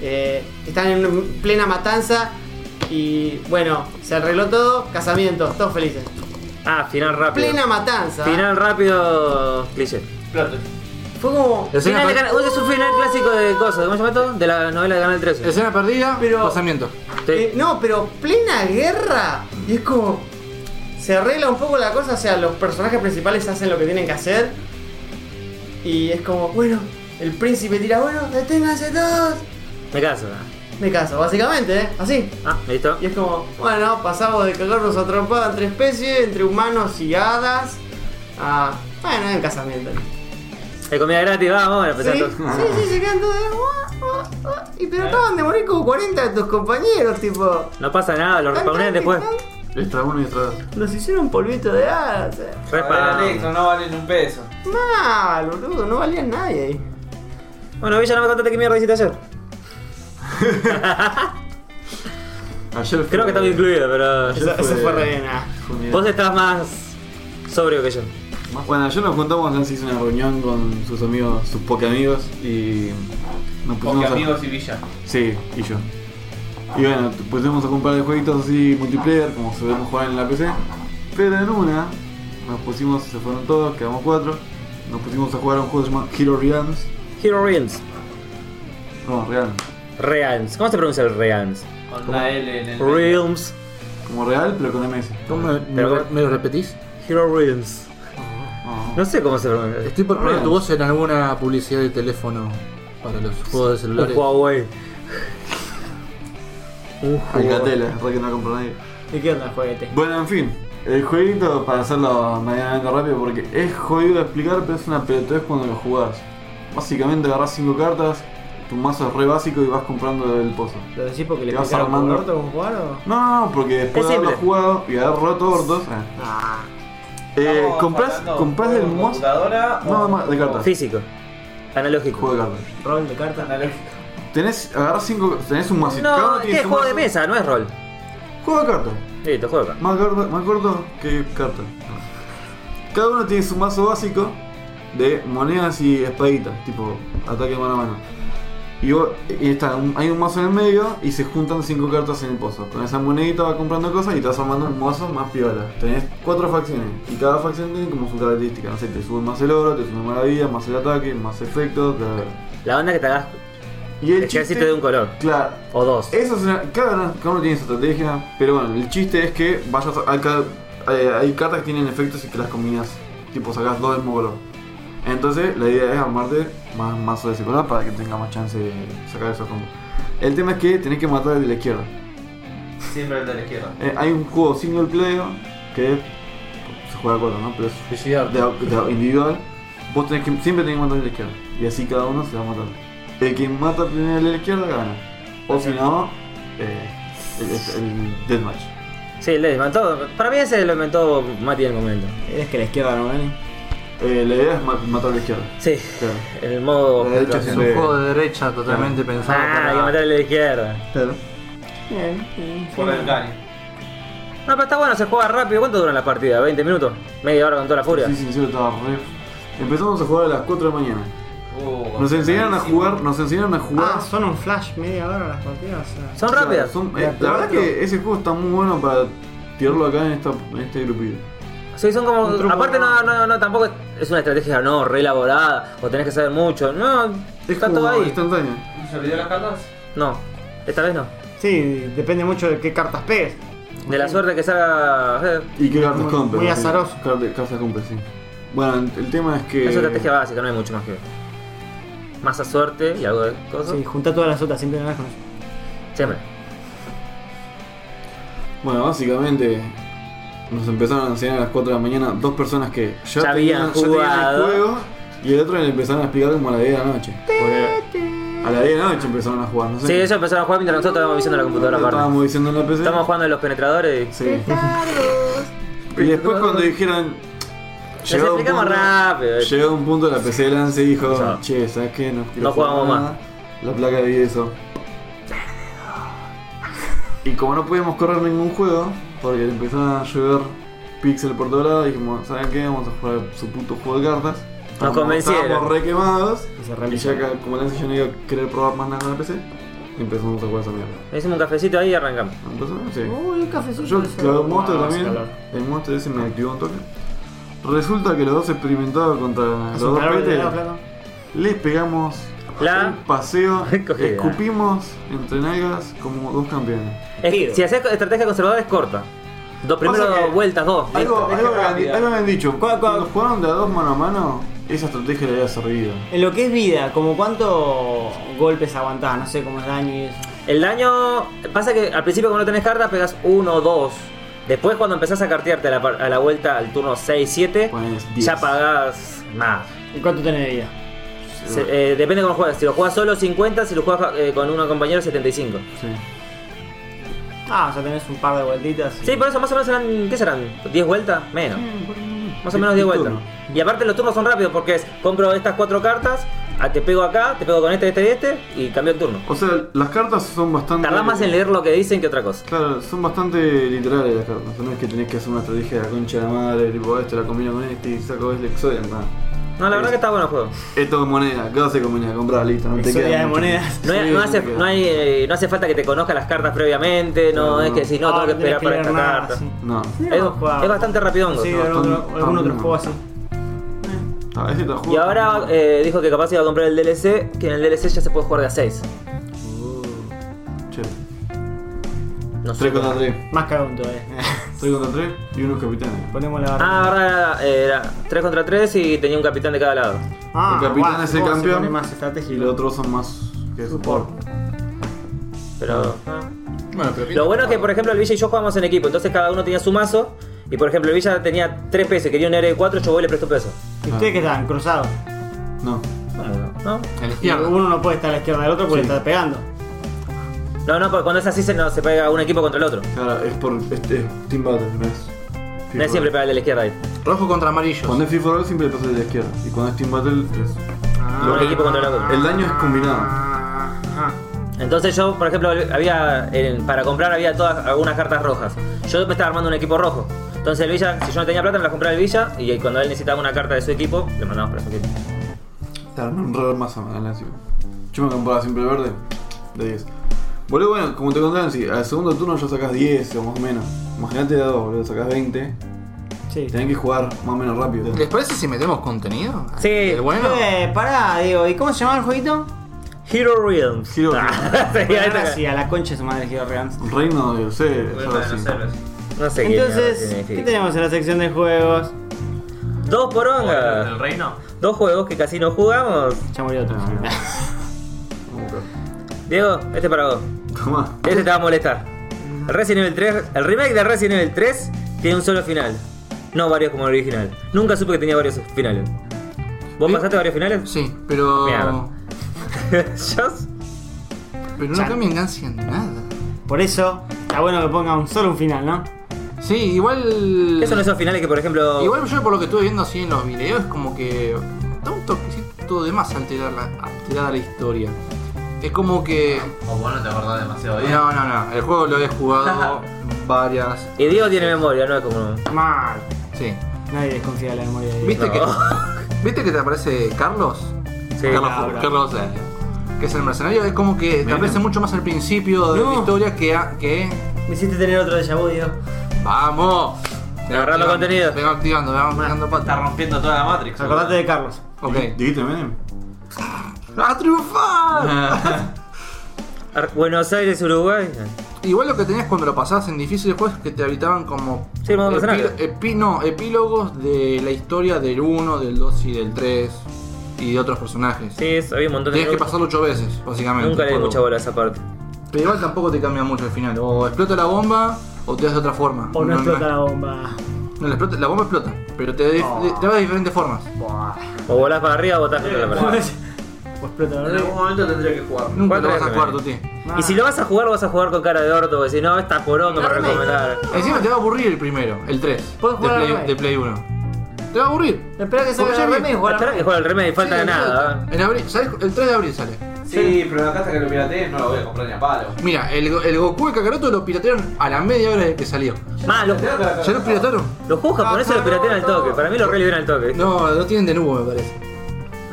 Eh, están en una plena matanza y bueno, se arregló todo, casamiento, todos felices.
Ah, final rápido.
Plena matanza.
Final rápido, cliché.
Plot.
Fue como.
Escena
Final de
per-
Canal- uy, es un final clásico de cosas, ¿cómo se llama esto? De la novela de Canal 13.
Escena perdida,
Pero-
eh,
pasamiento.
Sí.
eh, no, pero plena guerra. Y es como. se arregla un poco la cosa, o sea, los personajes principales hacen lo que tienen que hacer. Y es como, bueno, el príncipe tira, bueno, deténganse todos.
Me caso.
Me caso, básicamente, ¿eh? así.
Ah, listo.
Y es como, bueno, pasamos de cagarnos a trompada entre especies, entre humanos y hadas, a. Bueno, en casamiento.
Hay comida gratis, vamos,
Sí,
empezar
sí,
todo.
sí, se quedan todos. "Ah, ah, ah", Y pero acaban de morir como 40 de tus compañeros, tipo.
No pasa nada, lo respawnan después.
Extra uno y extra dos.
Nos hicieron polvito de hadas. eh.
Pues,
Electro,
Respawn.
no valen un peso.
Mal, boludo, no valía nadie ahí.
Bueno, Villa, no me contaste qué mierda hiciste ayer.
Ayer
Creo que está bien incluido, pero.
Eso, eso
fue-
fue rellena.
fue un día.
Vos estás más sobrio que yo.
Bueno, ayer nos juntamos, Nancy hizo una reunión con sus amigos, sus pokeamigos y nos
Porque
pusimos a...
amigos y villa.
Sí, y yo. Y bueno, t- pusimos a comprar de jueguitos así multiplayer, como solemos jugar en la PC. Pero en una, nos pusimos, se fueron todos, quedamos cuatro. Nos pusimos a jugar a un juego llamado Hero Realms.
Hero Realms.
No, Realms.
Realms. ¿Cómo se pronuncia el Realms?
Con una L en el.
Realms.
Como real, pero con MS.
¿Cómo me, me
Pero-
lo- me lo repetís?
Hero Realms.
No,
No sé cómo se pronuncia.
Estoy por poner tu voz en alguna publicidad de teléfono para los juegos de
Un
celulares.
Huawei. Un Huawei.
Alcatel, es verdad que no compró nadie.
¿De qué onda el juguete?
Bueno, en fin. El jueguito, para hacerlo medianamente rápido, porque es jodido de explicar, pero es una pelotudez cuando lo jugás. Básicamente agarrás 5 cartas, tu mazo es re básico y vas comprando el pozo.
¿Lo decís porque le
Te vas
picaron con
armando.
corto como jugar o...?
No, no, no, porque después
Es
de haberlo
simple.
jugado y haber roto ortos, eh,
Ah,
eh, compras, compras el mozo.
computadora
No,
o-
no, de cartas.
Físico. Analógico.
Juego de cartas.
rol de cartas.
Analógico.
Tenés, agarrás 5 tenés un mazo. cada uno
No, es
tiene
que es
su
juego de
mazo.
mesa, no es rol.
Juego de cartas.
Listo, juego acá.
Más corto, más corto que carta. Cada uno tiene su mazo básico de monedas y espaditas, tipo ataque mano a mano. Y, vos- y está, un- hay un mazo en el medio y se juntan cinco cartas en el pozo. Con esa monedita vas comprando cosas y te vas armando un mazo más piola. Tenés cuatro facciones y cada facción tiene como su característica. No sé, te sube más el oro, te sube más la vida, más el ataque, más efectos, bla, bla, bla.
La onda que te hagas
Y el Eh.
ejército de un color.
Claro,
O dos.
eso es una. Cada uno, cada uno tiene su estrategia, pero bueno, el chiste es que vayas a. Hay, ca- hay- hay cartas que tienen efectos y que las combinas. Tipo, sacas dos del mismo color. Entonces, la idea es armarte más mazo de ese color para que tengas más chance de sacar esos combos. El tema es que tenés que matar el de la izquierda.
Siempre el de la izquierda.
Eh, hay un juego single player que se juega a cuatro, ¿no? Pero es
Suicidarte.
de, de- individual, vos tenés que, siempre tenés que matar a la izquierda. Y así cada uno se va matando. El que mata primero a la izquierda gana. O si no, eh, el, el deathmatch.
Sí, le inventó. Para mí ese lo inventó Mati en el momento.
Es que la izquierda no gane.
Eh, la idea es ma- matar a la izquierda.
Sí,
Claro.
en el modo.
La derecha
Es un
siempre-
juego de derecha totalmente pensado
Ah, hay que
para...
meterle a la izquierda.
Claro.
Bien, bien.
Por el caño.
No, pero está bueno, se juega rápido. ¿Cuánto dura la partida? ¿20 minutos? ¿Media hora con toda la furia?
Sí, sincero, estaba re... Empezamos a jugar a las 4 de la mañana.
Uh,
Nos enseñaron a
buenísimo.
jugar, nos enseñaron a jugar.
Ah, son un flash media hora las partidas. o sea.
¿Son rápidas?
Son- eh, la verdad que ese juego está muy bueno para tirarlo acá en, esta, en este grupito.
Sí, son
Un truco
como. Aparte, no,
nuevo.
no, no, tampoco es una estrategia no re elaborada o tenés que saber mucho. No,
Es
está
como
todo ahí.
instantáneo.
¿Se olvidó las cartas?
No, esta vez no.
Sí, depende mucho de qué cartas pegues.
De la suerte que salga. eh,
Y qué cartas
Muy-
compras.
muy
sí.
azaroso.
Carte- Cartas compras, sí. Bueno, el tema es que.
Es una estrategia básica, no hay mucho más que. Más a suerte y algo de cosas.
Sí, junta todas las otras, siempre ganás con eso.
Siempre.
Bueno, básicamente. Nos empezaron a enseñar a las 4 de la mañana dos personas que ya,
Ya habían
tenían- ya tenían
jugado.
el juego y el otro le empezaron a explicar como a las 10 de la noche. Porque a las 10 de la noche empezaron a jugar, no sé.
Sí, ellos empezaron a jugar mientras nosotros estábamos visitando la computadora aparte.
Estábamos diciendo en la PC.
Estamos jugando en los penetradores.
Sí. <laughs> y después cuando dijeron.
Les
llegado un
explicamos
punto-
rápido.
Llegó un punto de la PC de Lance y dijo,
Ya.
che, ¿sabes qué? No, quiero
No
jugar
jugamos
nada". La placa de video eso. Y como no podíamos correr ningún juego, porque le empezaba a llover pixel por todo lado, dijimos, ¿saben qué? Vamos a jugar su puto juego de cartas. Estábamos-
convencieron.
Estábamos re quemados.
Y se
Y ya
reemplaza.
que, como Lance ya no iba a querer probar más nada en la PC, empezamos a jugar esa mierda.
Le hicimos un cafecito ahí y arrancamos.
Empezamos, sí.
Uy, un cafecito.
Yo
ese.
clavé un monstruo
Ah,
también.
hace calor.
El monstruo ese me activó un toque. Resulta que los dos experimentados contra los
Hace un
dos
calor que te
petes,
da, flaco.
les pegamos
La-
un
<laughs>
paseo,
Cogida.
escupimos entre nalgas como dos campeones.
Es-
Tiro.
si haces estrategia conservadora es corta. Dos primero
Pasa que-
vueltas, dos.
Algo,
listo.
algo, me han,
rápida.
algo me han dicho,
¿Cuál- cuál?
cuando jugaron de a dos mano a mano, esa estrategia le había servido.
En lo que es vida, como cuántos golpes aguantás, no sé cómo es daño y eso.
El daño. Pasa que al principio cuando no tenés cartas pegas uno o dos. Después cuando empezás a cartearte a la, par- a la vuelta al turno 6-7,
Pones
ya
10.
pagás más.
¿Y cuánto tenés de vida?
Se- eh, depende de cómo juegas. Si lo juegas solo 50, si lo juegas eh, con un compañero 75.
Sí.
Ah, o sea, tenés un par de vueltitas.
Sí, por eso más o menos serán. ¿Qué serán? ¿10 vueltas? Menos. Más o menos 10
de
vueltas. Y aparte los turnos son rápidos porque es compro estas cuatro cartas, ah, te pego acá, te pego con este, este y este y cambio el turno.
O sea, las cartas son bastante.
Tardás más en leer lo que dicen que otra cosa.
Claro, son bastante literales las cartas. No es que tenés que hacer una estrategia de la concha de la madre, tipo esto la combino con este y saco este Exodia, nada.
No, la verdad que está bueno el juego.
Esto es moneda, ¿qué hace con moneda? Comprar, listo, no te
Exodia
queda.
de
mucho.
monedas.
No, hay-
Sí,
no hace,
te queda.
no, hay, eh, no hace falta que te conozca las cartas previamente, no,
No.
es que si no,
Ah,
tengo que
tenés
esperar para
leer
esta
nada,
carta.
sí.
No.
Es, es bastante rapidongo.
Sí,
¿no?
algún otro,
tan-
algún otro
tan-
juego así.
Ah, ese juego
Y ahora eh, dijo que capaz iba a comprar el DLC, que en el DLC ya se puede jugar de a 6.
Che.
eh, No sé.
3 contra <laughs> 3.
Más cagón todavía.
3 contra 3 y unos capitanes.
Ponemos la barra.
Ah, ahora era 3 contra 3 y tenía un capitán de cada lado.
Ah,
Ah,
el capitán es el campeón.
más
Y
estratégico.
los otros son más que support.
Pero. ah.
Bueno, pero
Lo bueno es que, por ejemplo, el Villa y yo jugamos en equipo, entonces cada uno tenía su mazo. Y por ejemplo, el Villa tenía 3 pesos y quería un R de 4, yo voy y le presto un peso.
¿Y ustedes qué están? Cruzados.
No.
¿No?
a la
Y
izquierda.
uno no puede estar a la izquierda del otro porque le está pegando.
No, no, porque cuando es así se, no, se pega un equipo contra el otro.
Claro, es por. Este, Team Battle, no es.
No es siempre pega el de la izquierda ahí.
Rojo contra amarillo.
Cuando es FIFA Roll siempre le pasa de la izquierda. Y cuando es Team Battle es.
Un equipo contra el otro.
El daño es combinado.
Ajá.
Entonces yo, por ejemplo, había en- para comprar había todas algunas cartas rojas. Yo me estaba armando un equipo rojo. Entonces el Villa, si yo no tenía plata, me la compraba el Villa y cuando él necesitaba una carta de su equipo, le mandamos para su equipo.
Te armé un raro más a la encima. Yo me compraba siempre el verde de 10. Boludo, bueno, como te contaban, si al segundo turno ya sacas 10 o más o menos. Imagínate de a 2, boludo, sacas 20.
Sí.
Tenés que jugar más o menos rápido.
¿Les parece si metemos contenido?
Sí.
¿El bueno?
Eh, pará, Diego, ¿y cómo se llamaba el jueguito?
Hero Realms.
Hero Realms.
Ah, <laughs> sí,
Bueno,
ahí
ahora
está.
sí, a la concha de su madre Giro Reams.
<laughs> Reino de Océ,
Vuelta de los héroes.
No sé qué
Entonces,
mierda
¿qué
significa.
tenemos en la sección de juegos?
Dos
Bueno, ¿Del
porongas.
reino?
Dos juegos que casi no jugamos.
Ya murió otro.
Diego, este es para vos.
Tomá.
Este te va a molestar. Resident Evil 3, el remake de Resident Evil 3 tiene un solo final. No varios como el original. Nunca supe que tenía varios finales. ¿Vos
¿Sí?
pasaste varios finales?
Sí, pero.
Mierda. <laughs> Yo
Pero
Chan.
no me enganchan nada.
<laughs> Por eso, está bueno que ponga un solo un final, ¿no?
Sí, igual.
Eso no son finales que, por ejemplo.
Igual yo por lo que estuve viendo así en los videos, como que da un toquecito de más alterar la, alterada la historia. Es como que...
O vos no te acordás demasiado bien.
No, no, no. El juego lo he
<laughs>
jugado varias...
Y Diego tiene memoria, no es como.
Mal.
Sí.
Nadie desconfía de la memoria de Diego.
¿Viste,
No.
que, <laughs> ¿Viste que te aparece Carlos?
Sí,
Carlos,
claro.
Carlos, eh, que es el mercenario. Es como que te aparece mucho más al principio de
No.
la historia que... a- que...
Me hiciste tener otro de vu, Diego.
¡Vamos!
Agarrar los contenidos.
Vengo activando, vengo activando
Está
pata.
rompiendo toda la Matrix.
Acordate de Carlos.
Ok.
¿Dijiste Menem?
¡A triunfar!
<laughs>
<laughs>
Ar- Buenos Aires, Uruguay.
Igual lo que tenías cuando lo pasabas en difícil juegos es que te habilitaban como
Sí, el modo mercenario.
epi- no, epílogos de la historia del 1, del 2 y del 3 y de otros personajes.
Sí, es- había un montón de.
Tenías que
grupos.
pasarlo 8 veces, básicamente.
Nunca le di
el juego.
mucha bola a esa parte.
Pero igual tampoco te cambia mucho al final. O explota la bomba o te das de otra forma.
O no explota la bomba.
no, la, explota- la bomba explota, pero te, de-
Oh.
te va de diferentes formas.
Buah.
O volás para arriba o botás contra la pared.
O explota la
En algún
bomba.
momento tendría que jugar.
Nunca lo vas
es
a
que
jugar,
me-
Tuti.
Y si lo vas a jugar, lo vas a jugar con cara de orto, porque si no, está porongo para recomendar.
Encima te va a aburrir el primero, el 3.
¿Puedes jugar
de
al
Play,
remake?
de Play 1. Te va a aburrir.
Espera que salga
Porque ya
el
vi-
remake y jugar al
Esperá que
remake.
juega el remake, falta
Sí,
de nada. ¿eh?
En abril, ¿sabes? El 3 de abril sale.
Sí, pero acá hasta que lo piratees no lo voy a comprar ni a palo.
Mira, el, el Goku y Kakaroto lo piratearon a la media hora de que salió.
Más, los,
¿Ya lo pirataron?
los juegos japoneses los piratean al toque. Para mí los liberan al toque.
No, lo tienen de nuevo, me parece.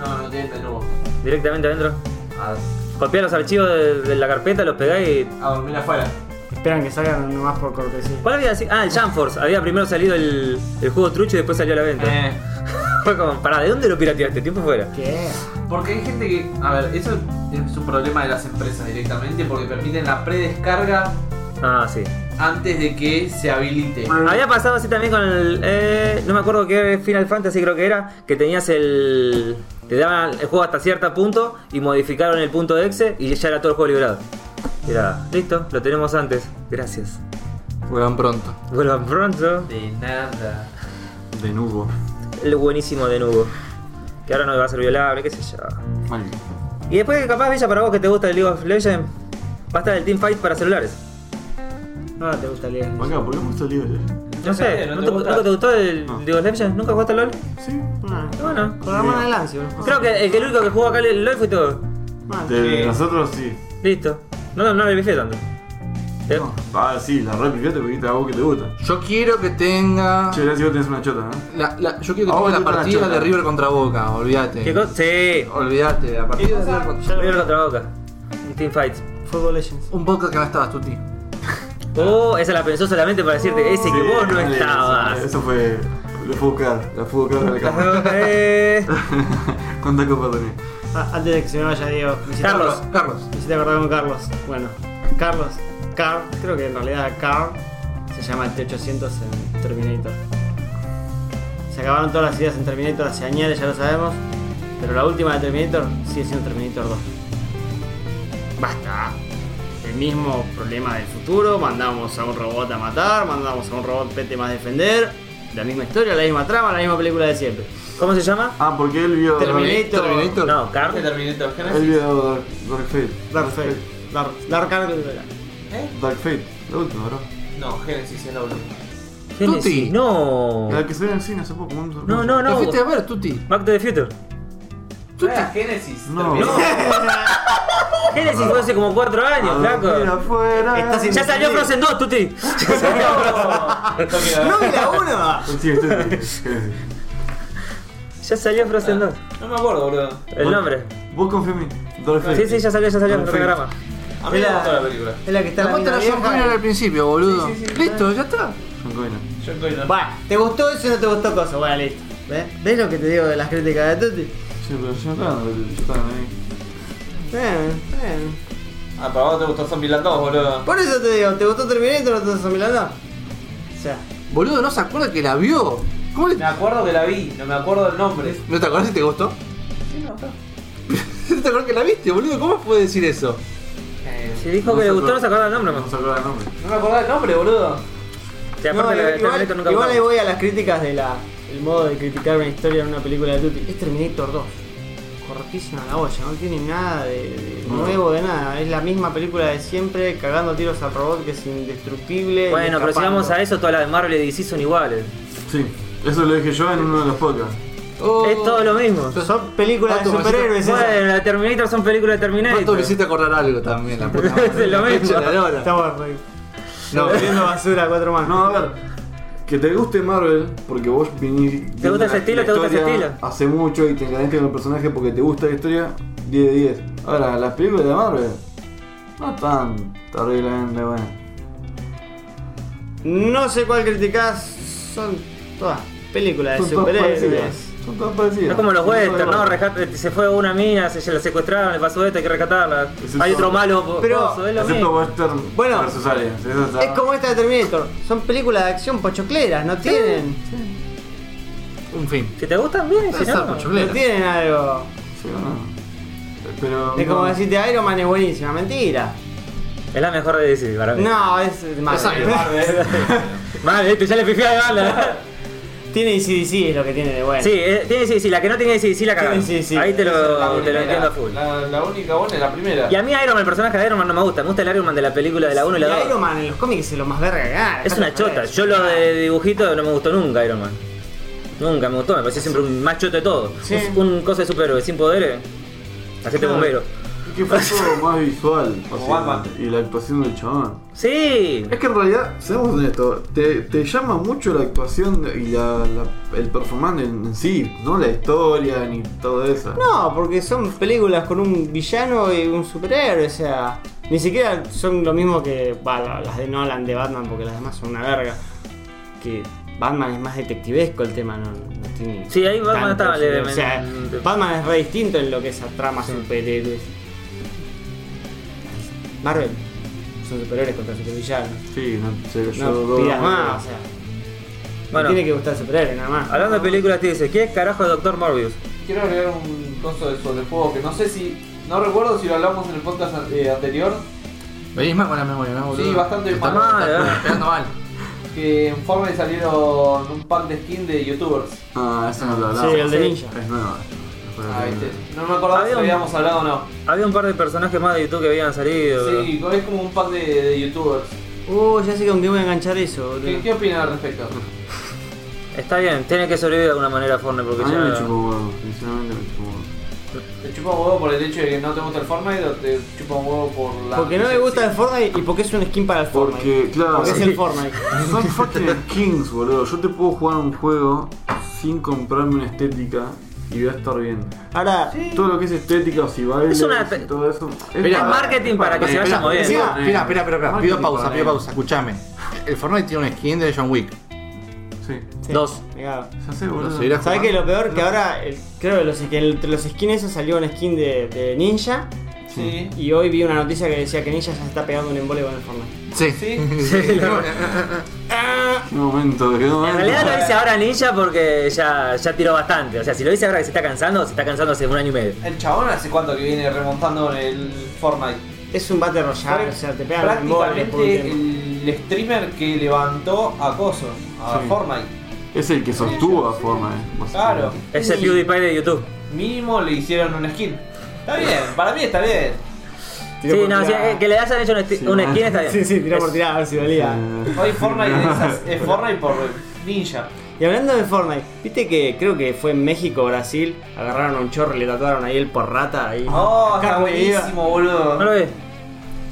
No, no tiene de nuevo.
Directamente adentro.
A,
Copiar los archivos de, de la carpeta, los pegáis y.
a dormir Ah, afuera.
Esperan que salgan nomás por cortesía.
¿Cuál había sido? Ah, el Jamforce. Había primero salido el, el juego trucho y después salió a la venta.
Eh,
<laughs> Fue como, pará, ¿de dónde lo pirateaste? Tiempo fuera.
¿Qué?
porque hay gente que. A ver, eso es un problema de las empresas directamente porque permiten la predescarga
Ah, sí.
antes de que se habilite.
Había pasado así también con el. eh, no me acuerdo qué Final Fantasy creo que era, que tenías el. Te daban el juego hasta cierto punto y modificaron el punto exe y ya era todo el juego liberado. Era, listo, lo tenemos antes. Gracias.
Vuelvan pronto.
Vuelvan pronto.
De nada.
De nuevo.
El buenísimo de nuevo. Que ahora no va a ser violable, qué sé yo.
Mal.
Y después, capaz, Villa, para vos que te gusta el League of Legends, va a estar el Team Fight para celulares.
Ah, te gusta leer.
Venga, ¿por qué hemos salido ya?
No sé, ¿no te, nunca te gustó el
No.
League of Legends? ¿Nunca jugaste al LoL?
Sí.
Ah,
Bueno,
con la mano de Lancio. ¿no?
creo que el, que el único que jugó acá el LoL fue todo.
Ah,
De
Sí.
nosotros sí.
Listo. No, no le pifié tanto. ¿Eh?
Ah, sí, la réplica te pediste a vos que te gusta.
Yo quiero que tenga.
Che, gracias, vos tenés una chota, ¿no?
La, la- yo quiero
Ah,
que tenga la
vos te gusta la
partida
chota.
de River contra Boca, olvídate.
¿Qué cosa? Sí.
Olvídate, la partida de River contra
River contra Boca. Un team fight.
Ah.
Football Legends.
Un podcast que no estabas, Tuti.
Oh, esa la pensó solamente para decirte ese que
Sí,
vos no
dale,
estabas.
Eso, eso fue. Lo fue a buscar, la fue a buscar a la cámara.
<laughs> Eh,
<laughs> ¿Cuántas copas tenés?
Ah, antes de que se me vaya Diego, me hiciste
Carlos.
acordar-
Carlos.
me hiciste acordar con Carlos. Bueno, Carlos, Car, creo que en realidad Car se llama el T800 en Terminator. Se acabaron todas las ideas en Terminator hace años, ya lo sabemos. Pero la última de Terminator sigue siendo Terminator 2. Basta. El mismo problema del futuro, mandamos a un robot a matar, mandamos a un robot pete más defender. La misma historia, la misma trama, la misma película de siempre.
¿Cómo se llama?
Ah, porque él vio.
Terminator.
Terminator.
No, Carl.
¿Qué Terminator
Él
Genesis?
vio Dark, Dark Fate.
Dark Fate. Dark, Dark Arc-
¿Eh?
Dark Fate, la última, ¿verdad?
No, Genesis es la última.
Genesis.
Tuti.
No.
La que se ve en el cine hace poco. un-
Oh. No, no,
¿Lo
no.
fuiste a ver, Tuti?
Back to the Future.
¿No era Genesis?
No.
Terminator.
Genesis fue hace como 4
Ah,
años,
Ah, Mira
flaco.
afuera.
Estás sin-
Ya salió Frozen 2, Tuti. Ya salió
<laughs>
Frozen-
No
¡No
quiero ver.
vi la uno!
Sí, estoy- estoy-
Ya salió Frozen 2.
No me acuerdo, boludo.
El nombre.
Vos confía en mí. Dark Fate.
Sí, sí, ya salió, ya salió en el
Perfecto.
programa.
A mí me gustó la película.
Es la que está
La
la
cuenta
mina
la John Connor
vieja.
al principio, boludo.
Sí, sí, sí.
Listo, ya está.
Son coinas.
John Connor.
Bueno, ¿te gustó eso o no te gustó cosa? Bueno, listo. ¿Ves? ¿Ves lo que te digo de las críticas de Tutti?
Che, pero yo no estaba, yo estaba ahí.
Bien, bien.
Ah, para vos te gustó Zombieland 2, boludo.
Por eso te digo, ¿te gustó Terminator o no te gustó Milano? O sea,
Boludo, no se acuerda que la vio. ¿Cómo le...
Me acuerdo que la vi, no me acuerdo el nombre.
¿No te acordás si te gustó?
Sí, me acuerdo.
<laughs> ¿No te acordás que la viste, boludo? ¿Cómo puede decir eso?
Eh,
Si dijo que le gustó, no se acuerda el nombre,
No
más.
se acuerda el nombre.
No me acordaba el nombre, boludo.
Que aparte
no,
la-
igual,
Terminator nunca
igual
gustó.
le voy a las críticas de la, el modo de criticar una historia en una película de Tutti. Es Terminator 2. Cortísima la olla, no tiene nada de, de
No.
nuevo, de nada. Es la misma película de siempre, cagando tiros al robot que es indestructible.
Bueno, pero si vamos a eso, todas las de Marvel y DC son iguales.
Sí, eso lo dije yo en uno de los podcasts.
Oh,
Es todo lo mismo.
eso. Son películas de
¿Cuántos
superhéroes. ¿eh? esas.
Bueno, la Terminator son películas de
Pato,
Terminator.
me hiciste acordar algo también, la puta madre.
Es lo
Me
mismo.
echa la lora.
Estamos re-
No,
volviendo basura a cuatro manos.
No, a ver, que te guste Marvel, porque vos viniste.
¿Te gusta ese estilo? ¿Te gusta ese estilo?
Hace mucho y te encanaste con el personaje porque te gusta la historia, 10 de 10. Ahora, las películas de Marvel, no tan terriblemente buenas.
No sé cuál criticás, son todas películas de
Son todas parecidas.
superhéroes.
Son todas parecidas.
Es como los
Son todas
westerns, ¿no?
iguales.
Rescate- eh, se fue una mina, se la secuestraron, le pasó esto, hay que rescatarla.
Excepto-
hay otro malo,
Pero-
coso, es lo
Excepto
mismo.
western
Bueno,
versus aliens. Eso está-
Es como esta de Terminator, son películas de acción pochocleras, no tienen,
en fin.
Si te gustan, bien, si
Esa
no.
pochoclera.
no tienen algo.
Sí, bueno. Pero.
Es como
no.
decirte Iron Man es buenísima, mentira.
Es la mejor de DC para mí.
No, es más. <laughs>
Vale, viste, ya le pifié de bala.
tiene ICDC es lo que tiene de bueno.
sí, eh, tiene sí, sí, la que no tiene sí, sí la cagaron.
Tiene sí, sí.
Ahí te
La
lo, te lo
primera.
entiendo a full.
La, la única buena es la primera.
Y a mí Iron Man, el personaje de Iron Man no me gusta, me gusta el Iron Man de la película de la 1 y la 2.
Y Iron Man en los cómics es lo más verga que hay.
Es una chota. Yo lo de dibujito no me gustó nunca Iron Man. Nunca me gustó, me pareció siempre un más choto de todo.
Sí.
Un, un cosa de superhéroe sin poderes. Hacete
Claro.
bombero.
Es que
<laughs>
fue todo más visual. o
Como
sea,
Batman.
Y la actuación del chabón.
Sí.
Es que en realidad, seamos honestos, te, te llama mucho la actuación y la, la- el performance en, en sí, no la historia ni todo eso.
No, porque son películas con un villano y un superhéroe, o sea, ni siquiera son lo mismo que bah, la- las de Nolan de Batman, porque las demás son una verga. Que Batman es más detectivesco el tema, no, no tiene.
Sí, ahí Batman
tanto,
está, le-
o sea,
me-
Batman es re distinto en lo que es a trama superhéroes. Marvel, son superhéroes contra supervillanos.
Sí, no sé, yo
No
dos-
pidas más, o sea.
Bueno.
Bueno, tiene que gustar superhéroes nada más.
Hablando de películas, te dice, ¿qué carajo es Doctor Morbius?
Quiero agregar un coso de juego que no sé si. No recuerdo si lo hablamos en el podcast an- eh, anterior.
Venís mal con la memoria, ¿no? boludo?
Sí, bastante
Está
mal.
¿eh?
está pegando mal.
Que en Fortnite salieron un pack de skin de youtubers.
Ah, eso no lo
Sí,
hablamos.
el de Ninja. este
Es nueva.
Ah, viste. No me acordaba si
Había
lo
un-
habíamos hablado o no.
Había un par de personajes más de YouTube que habían salido. bro.
Sí, es como un pack de, de youtubers.
Uh, ya sé con qué voy a enganchar eso, boludo.
¿Qué, qué opinan al respecto?
Está bien, tiene que sobrevivir de alguna manera Fortnite
A
porque
mí
ya...
me chupó huevo, sinceramente me chupó huevo.
¿Te chupa un huevo por el hecho de que no te gusta el Fortnite o te chupa un huevo por la.
Porque no me gusta el Fortnite y porque es un skin para el Fortnite.
Porque, claro,
Porque es el Fortnite.
son fucking kings, boludo. Yo te puedo jugar un juego sin comprarme una estética y voy a estar bien.
Ahora,
Todo lo que es estética, si bailes
Es una-
y todo eso.
Es marketing para que se vaya moviendo.
eh.
Espera, espera, espera. Pido
Marketing
pausa,
para
pido
él.
pausa. Escuchame. El Fortnite tiene un skin de John Wick.
Sí,
sí,
Dos.
me cago.
ya sé, boludo.
Lo seguirás
¿Sabes
jugando.
qué? Lo peor que ahora, el- creo que los, que entre los skins esos salió un skin de, de Ninja.
Sí.
Y hoy vi una noticia que decía que Ninja ya se está pegando un embole con el Fortnite.
Sí.
Sí.
<laughs>
Qué momento, qué momento.
En realidad lo dice ahora Ninja porque ya, ya tiró bastante. O sea, si lo dice ahora que se está cansando, se está cansando hace un año y medio.
El chabón hace cuánto que viene remontando en el Fortnite.
Es un Battle Royale, o sea, te pegan un embole por un
Prácticamente
tiempo.
el streamer que levantó a Coso, a
Sí.
Fortnite.
Es el que sostuvo a forma, eh.
Claro.
básicamente.
Es el PewDiePie de YouTube.
Mínimo le hicieron un skin. Está bien, para mí está bien.
Tiró
sí,
por
no, sí,
tirada.
eh, que le hayan hecho un, esti-
Sí,
un
man.
skin está bien.
<laughs> Sí, sí, tiró por
Es-
tirar a ver si dolía.
Eh,
Hoy Fortnite es, as- es Fortnite por ninja.
Y hablando de Fortnite, viste que creo que fue en México o Brasil, agarraron a un chorro y le tatuaron ahí el por rata ahí.
Oh, está
Carne viva.
buenísimo, boludo.
¿No lo ves?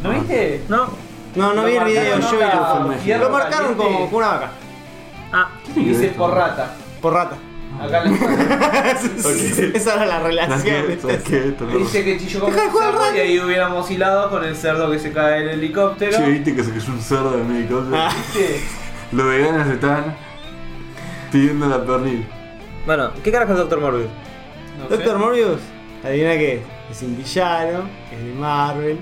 ¿No viste?
¿No?
No, no
Lo
vi el video,
marcaron
yo vi
acá,
lo filmé.
fierro
Lo marcaron
caliente.
como como una vaca,
Ah,
Y dice por rata.
por rata. <laughs>
Acá le
Esa era la
¿Sabes
relación.
qué?
¿viste?
¿Sabes qué? Esto no
le
lo-
dice que chilló como
Deja de
un
jugar
cerdo
rata.
y ahí hubiéramos hilado con el cerdo que se cae del helicóptero.
Che, viste que se cayó un cerdo en el helicóptero.
Ah.
Sí.
Los veganos están pidiendo la pernil.
bueno, ¿qué carajo es Doctor Morbius?
No sé.
Doctor Morbius, adivina qué, es? es un villano, es de Marvel.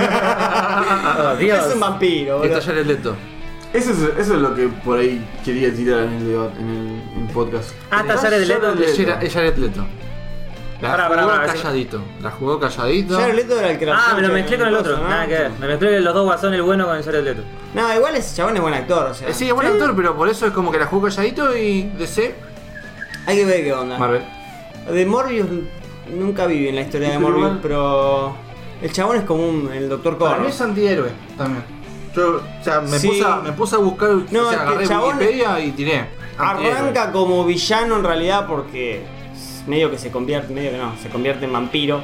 Oh, Dios.
Es un vampiro, boludo.
Está ya el leto.
Eso es, eso es lo que por ahí quería tirar en el debate, en el en el podcast.
Ah, está Jared Leto.
Leto.
Es Jared Leto. La
Pará, pará,
jugó
pará,
calladito. La jugó calladito.
Jared Leto era el que
Ah, me lo
hacía
mezclé con el otro.
coso, ¿no?
Nada que ver. Me mezclé los dos guasones, el bueno con el Jared Leto.
No, igual ese chabón es buen actor, o sea.
Eh, Sí, es buen actor, pero por eso es como que la jugó calladito y DC.
Hay que ver qué onda.
Marvel.
De Morbius nunca vi bien la historia de
Pero
Morbius,
igual-
pero el chabón es como un, el Doctor
Para mí
Corno.
es antihéroe también. Yo, o sea, me,
Sí.
puse, a, me puse a buscar.
No,
o
es que
sea, agarré
chabón-
Wikipedia y tiré. antihéroe.
Arranca como villano en realidad porque es medio que se convierte, medio que no, se convierte en vampiro.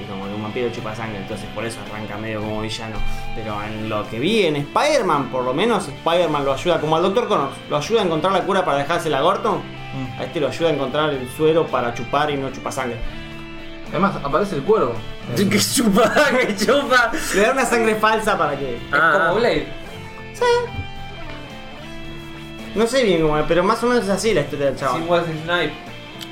Y como que un vampiro chupa sangre, entonces por eso arranca medio como villano. Pero en lo que vi en Spider-Man, por lo menos Spider-Man lo ayuda, como al Doctor Connors, lo ayuda a encontrar la cura para dejarse la Gorton. A este lo ayuda a encontrar el suero para chupar y no chupa sangre.
Además, aparece el cuervo.
Eh.
<laughs> Que chupa, que chupa.
Le da una sangre falsa para que
Es
Ah.
como Blade.
No sé bien cómo, es, pero más o menos es así la historia del
Ah.
chavo.
Sin West Snipe.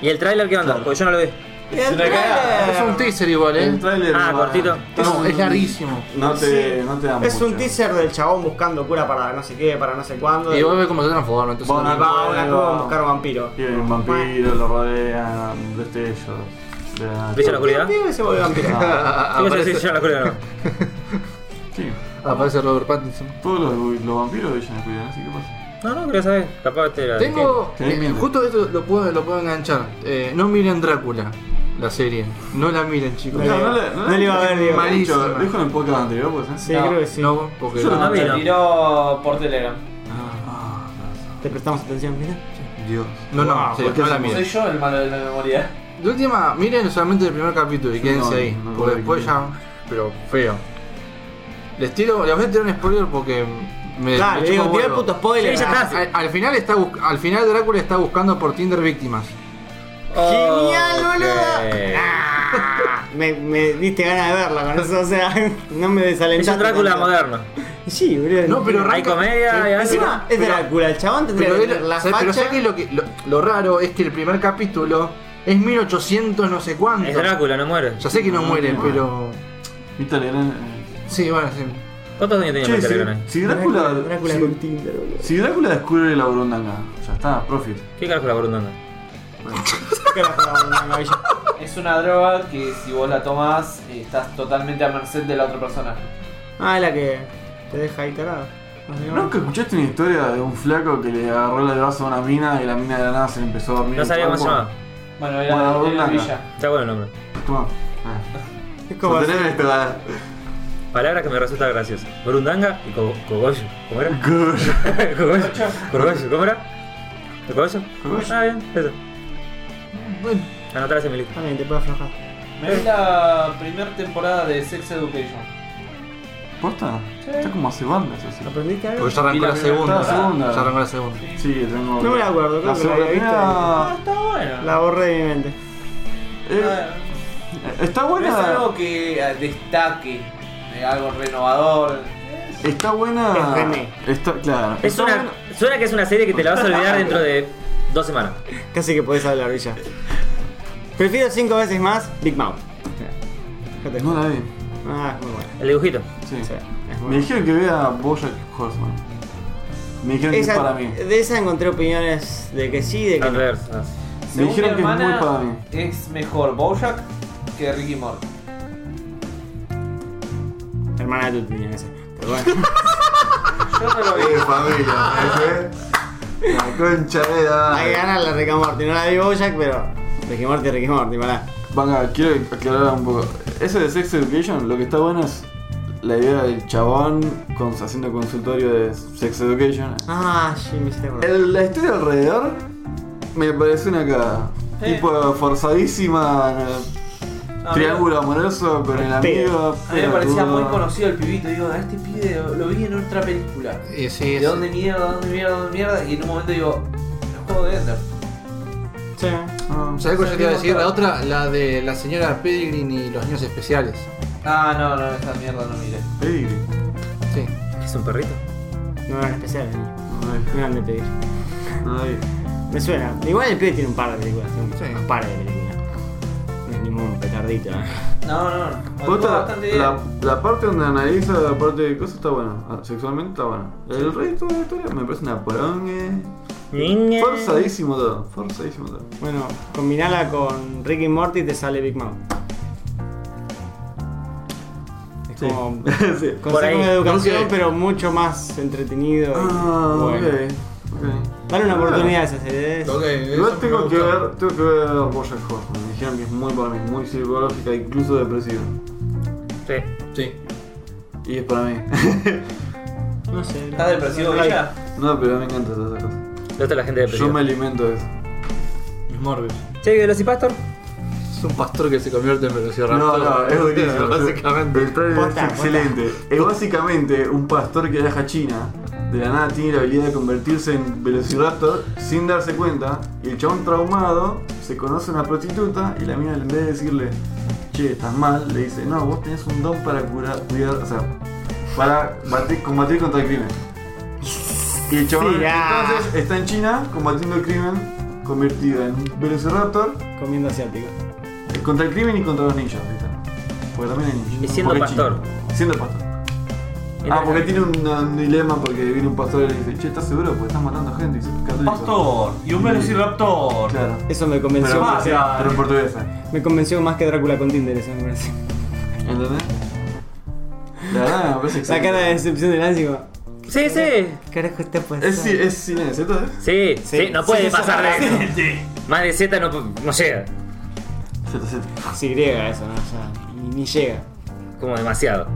¿Y el tráiler qué onda? Porque yo no lo vi.
Es
una
Eh,
cagada,
Es un teaser igual,
El
eh.
tráiler
Ah,
no-
cortito.
No, es larguísimo.
No te,
Sí.
no te da
Es
mucho.
un teaser del chabón buscando cura para no sé qué, para no sé cuándo.
Y vos ves cómo se transforma. Entonces,
Ah,
Bueno,
no-
va a una cueva a
Bueno.
buscar vampiro.
Y hay un vampiro, lo rodean, destellos. le dan-
¿Viste la oscuridad?
Pibe se volvió vampiro.
Ah,
Ah,
Sí, sí, sí,
aparece,
yo no lo creo, no.
sí.
aparece Robert Pattinson.
Todos los, los vampiros viven en la oscuridad, así que pasa.
No, no, quería saber. Capaz te la.
Tengo.
Tenés
eh,
miedo.
justo esto lo puedo, lo puedo enganchar. Eh, no miren Drácula, la serie. No la miren, chicos.
No, no le- no le iba a ver, digo.
Malísimo.
Lo dijo en el podcast anterior, pues.
Sí,
¿eh?
creo que sí.
No, porque.
Yo
no vi,
Ah, Se
no.
tiró por Telegram.
Ah,
Te prestamos atención, mira.
Dios.
No, no,
Wow,
sí,
¿por qué
no la
hacemos
Soy
miren.
yo el malo de la memoria.
De última, miren solamente el primer capítulo y
Yo
quédense
no,
ahí.
no lo voy
porque
a
después ya. Pero feo. Les tiro. Les voy a tirar un spoiler porque. Me, Eh,
Dale,
me chupa
digo,
un
tira el
huevo.
puto spoiler.
Sí, ya está.
Al, al final está bus- al final Drácula está buscando por Tinder víctimas.
Genial,
ok.
boludo.
<laughs>
Ah, me, me diste ganas de verla con eso, o sea, <laughs> no me
Es
desalentaste.
un Drácula
tanto.
moderno.
Sí, boludo.
No, pero
Hay
arranca-
comedia, hay algo.
Encima es
Pero-
Drácula, el chabón tendría
Pero,
que
él-
tener la
sa- pero
facha.
¿sabes qué es lo, que, lo, lo raro es que el primer capítulo es 1800 no sé cuánto.
Es Drácula, no muere.
Ya sé que no muere,
No, no.
pero...
¿Viste la gran- eh,
Sí, bueno, sí.
¿Cuántos años tenía
Che,
Michael
si,
Legrand ahí?
si Drácula,
Drácula
si-
con Tinder, boludo.
si Drácula descubre la burundanga, ya está, profit.
¿Qué carajo la burundanga?
¿Qué carajo la burundanga, Villa?
Es una droga que si vos la tomás, eh, estás totalmente a merced de la otra persona.
Ah, es la que te deja ahí tarado. Nos vemos.
¿Nunca escuchaste una historia de un flaco que le agarró la grasa a una mina y la mina de la nada se le empezó a dormir?
No
el
sabía cómo se
cuerpo?
llamaba.
Bueno, era
Bueno,
era
una-
Villa.
Está bueno el nombre.
Toma. Ah.
Es como así.
Sostener esto, ah.
Palabra que me resulta graciosa. Burundanga y co- cogollo. ¿Cómo era?
Gosh.
<laughs> cogollo. Cogollo. ¿Cómo era? ¿El cogollo?
Cogollo.
Ah, bien, eso. Anotar ese mi lista.
También te puede aflojar.
Me vi la primera temporada de Sex Education.
¿Posta? Está como hace bandas así.
¿Aprendiste algo?
Porque ya arrancó
la
la, segunda.
primera- la segunda.
Ya arrancó la segunda.
Sí, tengo.
No me la acuerdo, creo
La
que la había visto.
Ah,
segunda-
está bueno.
La borré de mi mente.
eh,
Ah,
Está
no es algo
buena.
que eh, destaque, eh, algo renovador.
Está
Es
buena.
René.
Está, claro.
Es
está
una,
buena-
suena que es una serie que te la vas a olvidar dentro de dos semanas.
Casi que podés hablar, Villa. Prefiero cinco veces más Big Mouth. Fíjate.
No la vi.
Ah, es muy bueno.
El dibujito.
Sí.
Sí, es muy
Me dijeron que vea Bojack Horseman. Me dijeron que es
Esa- eh,
para mí.
De esa encontré opiniones de que sí, de que
Al
no.
revés. ah.
Me
Según
dijeron
mi
que es muy
hermana,
para mí.
Es mejor Bojack que Ricky Morty.
Hermana de tu opinión esa.
<laughs>
Pero bueno.
Yo no lo vi.
Eh, familia. eh. La concha de la-
Hay que ganar la Rick and Morty. No la vi Bojack, pero Rick and Morty, Rick and Morty, pará.
Venga, quiero aclarar un poco. Eso de Sex Education, lo que está bueno es la idea del chabón con- haciendo consultorio de Sex Education.
Ah, sí, me hiciste acordar.
El- la historia alrededor me parece una cagada.
Eh.
Tipo forzadísima, eh,
No,
triángulo amoroso con el amigo.
A mí me parecía
pelotudo.
muy conocido el pibito. Digo, a este pibe lo, lo vi en otra película.
Y sí,
¿De
es-
dónde mierda, dónde mierda, dónde mierda? Y en un momento digo, los juegos de Ender.
Sí.
Ah,
¿Sabés cuál yo te iba a decir? La
Salimos
otra, la de la señora Peregrin y los niños especiales.
Ah, no, no, esa mierda no miré.
pedigree.
Sí.
¿Es un perrito?
No eran especiales, niño.
No hay-
no eran de pedir.
no hay.
Me suena. Igual el pibe tiene un par de películas, tiene un
Sí.
un par de películas. No es ningún petardito. ¿eh?
No, no, no. Jugó
Otra,
bastante bien.
la, la parte donde analiza la parte de cosas está buena, Ah, sexualmente está buena. El resto de la historia me parece una porongue.
Niña.
Forzadísimo todo, forzadísimo todo.
Bueno, combinala con Rick y Morty y te sale Big Mouth. Es
Sí.
como <laughs>
sí.
consejo
ahí.
de educación,
Ok.
pero mucho más entretenido. y
Ah,
bueno.
ok, ok.
Dale una
Ah.
oportunidad a esa serie. ¿eh?
Igual tengo que ver, tengo que ver Bojack Horseman. Me dijeron que es muy para mí, muy psicológica, incluso depresiva.
Sí.
Sí.
Y es para mí. <laughs>
No sé.
¿Está depresivo
Ay,
Villa?
no, pero me encanta todas esas cosas.
Lo está la gente de
Yo me
presión.
alimento de eso.
Es Morbius.
Che, ¿y Velocipastor?
Es un pastor que se convierte en velociraptor.
No, no,
<laughs>
es buenísimo.
Básicamente.
El trailer
Posta,
es excelente. Es básicamente un pastor que viaja a China. De la nada tiene la habilidad de convertirse en velociraptor sin darse cuenta. Y el chabón traumado se conoce a una prostituta y la mina en vez de decirle, che, estás mal, le dice, no, vos tenés un don para curar, cuidar, o sea, para batir- combatir contra el crimen. Y el chabón
Mirá.
entonces está en China combatiendo el crimen, convertido en un velociraptor
Comiendo asiático.
Eh, contra el crimen y contra los ninjas, ¿viste? Porque también hay ninjas.
Y siendo
Porque es
pastor.
chino. Siendo pastor. Ah,
Entra-
porque tiene un, un dilema porque viene un pastor y le dice, che, ¿estás seguro? Porque estás matando gente. Y dice, católico.
y un velociraptor.
Claro.
Eso me
Pero,
convenció más.
basta.
pero en ¿eh? portuguesa.
Me convenció más que Drácula con Tinder, eso me parece.
¿Entendés? La verdad me parece
La cara de decepción de Nancy como,
Sí, sí.
¿Qué carajo está pasando?
Es, ci- es cine, ¿cierto? ¿Eh?
Sí, sí,
Sí,
no
sí,
puede
sí,
pasar de
sí,
eso. Más de Z no, pu- no llega.
Cierto, cierto.
Sí, griega eso, ¿no? O sea, ni, ni llega.
Como demasiado.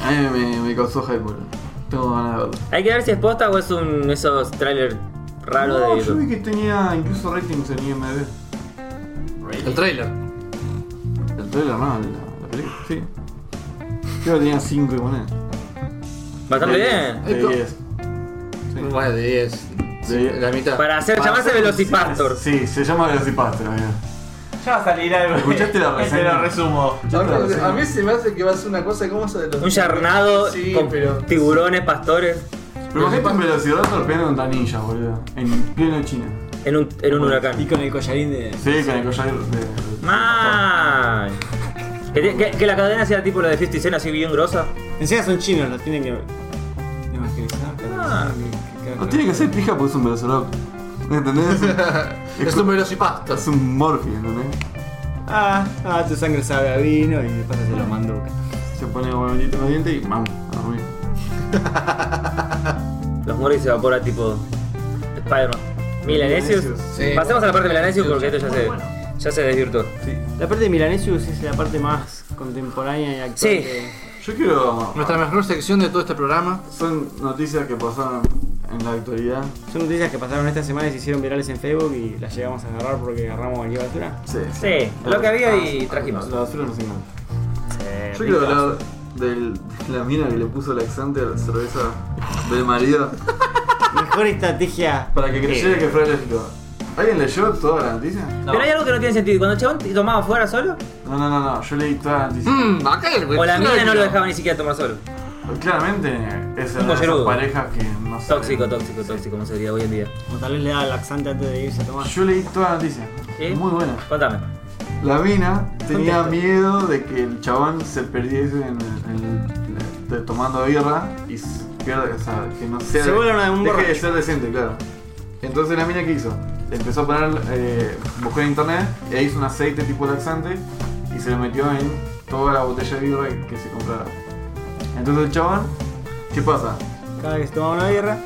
A mí me, me causó hype, boludo. Tengo ganas de verlo.
Hay que ver si es posta o es un esos trailers raros
no,
de
yo vi
YouTube.
que tenía incluso ratings en IMDb.
El trailer.
El trailer, no, la, la película, sí. Creo que tenía 5 y poner.
Ah,
Bastante bien.
De
Esto-
10. Sí.
Más de 10. Sí, La mitad.
Para hacer llamarse Velocipastor.
Ah, Sí, se llama Velocipastor, amigo.
Ya va a salir algo.
¿Escuchaste la
<laughs> Este
reseña?
lo resumo.
A mí se me hace que va a ser una cosa como esa de los.
Un charnado
Sí,
con
pero.
tiburones, pastores,
Pero imagínate un velociraptor peleando contra ninjas, boludo. En pleno China.
en un, en un
Y
huracán.
con el collarín de.
Sí, con el collar de. de-
¡Mal! Que, te- que- que la cadena sea tipo la de 50 Cent, así bien grosa.
Encima son chinos, los tienen que evangelizar. pero
Ah.
tienen que- que-
No tiene que ser pija porque es un velociraptor. ¿Entendés?
<laughs> Es un velocipasto.
Es un morfi, ¿entendés?
Ah, ah, tu sangre sabe a vino y después se lo manduca.
Se pone bonito en los dientes y vamos, a dormir.
Los muere y se evapora tipo Spider-Man. Milanesius.
Sí.
Pasemos a la parte de Milanesius porque esto ya se, ya se desvirtuó.
La parte de Milanesius es la parte más contemporánea y actual.
Sí.
de-
Yo quiero.
Nuestra mejor sección de todo este programa.
Son noticias que pasaron en la actualidad.
Son noticias que pasaron esta semana y se hicieron virales en Facebook y las llegamos a agarrar porque agarramos cualquier basura.
Sí.
Sí, lo que había y trajimos. Eh,
La basura nos encanta. Yo quiero hablar del- de la mina que le puso laxante a la cerveza del marido
Mejor estrategia
para que
Sí.
creyera que fuera alérgico. ¿Alguien leyó toda la noticia?
Pero hay algo que no tiene sentido. Cuando el chabón tomaba fuera solo,
No, no, no, no. Yo leí toda la noticia.
Mmm, acá
Pues
el
o la mina no lo dejaba ni siquiera tomar solo.
Pues Claramente es
Un
una de esas
pollerudo.
parejas que no saben.
Tóxico, tóxico, tóxico, como sería hoy en día.
o tal vez le da laxante antes de irse a tomar.
Yo leí toda la noticia.
¿Sí?
Muy buena.
Contame.
La mina tenía
Contento.
miedo de que el chabón se perdiese en el- en el- de- tomando birra y s- pierda, o sea, que no sea.
Se vuelva un
deje de
borracho.
ser decente, claro. Entonces la mina que hizo, empezó a poner, eh, buscó en internet e hizo un aceite tipo laxante y se lo metió en toda la botella de birra que, que se comprara. Entonces el chabón, ¿qué pasa?
Cada vez que se tomaba una birra,